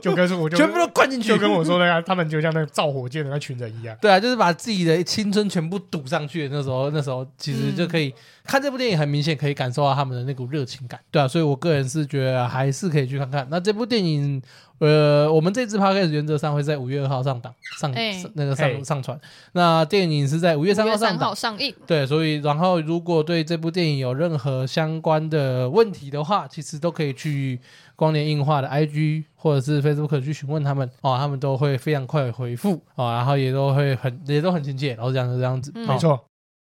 [SPEAKER 2] 就跟我就
[SPEAKER 1] 全部都灌进去，
[SPEAKER 2] 就跟我说的啊呀，他们就像那个造火箭的那群人一样，
[SPEAKER 1] 对啊，就是把自己的青春全部赌上去。那时候，那时候其实就
[SPEAKER 3] 嗯
[SPEAKER 1] 可以、看这部电影，很明显可以感受到他们的那股热情感。对啊，所以我个人是觉得还是可以去看看。那这部电影，呃，我们这支 podcast 原则上会在五月二号上档上、
[SPEAKER 3] 哎
[SPEAKER 1] 那个
[SPEAKER 2] 哎
[SPEAKER 1] 上上传。那电影是在五月
[SPEAKER 3] 五
[SPEAKER 1] 三号
[SPEAKER 3] 月
[SPEAKER 1] 上
[SPEAKER 3] 三
[SPEAKER 1] 档
[SPEAKER 3] 号。上映，
[SPEAKER 1] 对，所以然后如果对这部电影有任何相关的问题的话，其实都可以去光年映画的 IG 或者是 Facebook 去询问他们哦，他们都会非常快回复哦，然后也都会很也都很亲切，然后这样就这样子，
[SPEAKER 3] 嗯
[SPEAKER 1] 哦
[SPEAKER 2] 没错。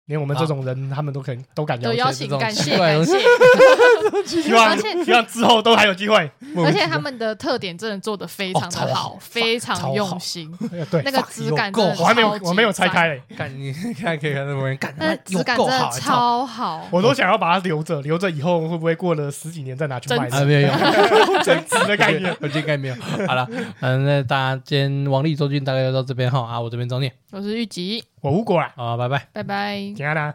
[SPEAKER 2] 连我们这种人，他们都可能都敢
[SPEAKER 3] 都
[SPEAKER 2] 邀
[SPEAKER 3] 邀
[SPEAKER 1] 这
[SPEAKER 3] 请，
[SPEAKER 1] 种
[SPEAKER 3] 感
[SPEAKER 1] 奇
[SPEAKER 3] 谢
[SPEAKER 1] 怪的
[SPEAKER 3] 感谢，
[SPEAKER 2] 请， <laughs> 希望
[SPEAKER 3] 而且
[SPEAKER 2] 希望之后都还有机会。哎
[SPEAKER 3] 而且他们的特点真的做的非常
[SPEAKER 1] 哦超
[SPEAKER 3] 的
[SPEAKER 1] 好
[SPEAKER 3] 好，非
[SPEAKER 1] 超
[SPEAKER 3] 常
[SPEAKER 1] 好
[SPEAKER 3] 用心，
[SPEAKER 2] 哎呀对
[SPEAKER 3] 那，个
[SPEAKER 1] Fuck，
[SPEAKER 3] 质感
[SPEAKER 1] 有够
[SPEAKER 3] 真的
[SPEAKER 1] 好
[SPEAKER 2] 我还没有
[SPEAKER 3] 超级
[SPEAKER 2] 我没有拆
[SPEAKER 3] 赞，
[SPEAKER 2] 开，
[SPEAKER 1] 干你现在可以看这部片，干
[SPEAKER 3] 那
[SPEAKER 1] 有
[SPEAKER 3] 质感
[SPEAKER 1] 够
[SPEAKER 3] 真
[SPEAKER 1] 好
[SPEAKER 3] 的
[SPEAKER 1] 欸，
[SPEAKER 3] 超好，
[SPEAKER 2] 我都想要把它留着，留着以后会不会过了十几年再拿去卖
[SPEAKER 3] 增
[SPEAKER 1] 啊
[SPEAKER 2] 呢？
[SPEAKER 1] 没有，没有
[SPEAKER 2] <laughs> 增值的概念。
[SPEAKER 1] 我今天应该没有。好了，嗯，那大家今天王力周俊大概就到这边哈啊，我这边张念
[SPEAKER 3] 我是玉吉，
[SPEAKER 2] 我无果啦，
[SPEAKER 1] 啊，拜拜。
[SPEAKER 3] 拜拜。
[SPEAKER 2] 怎样啦？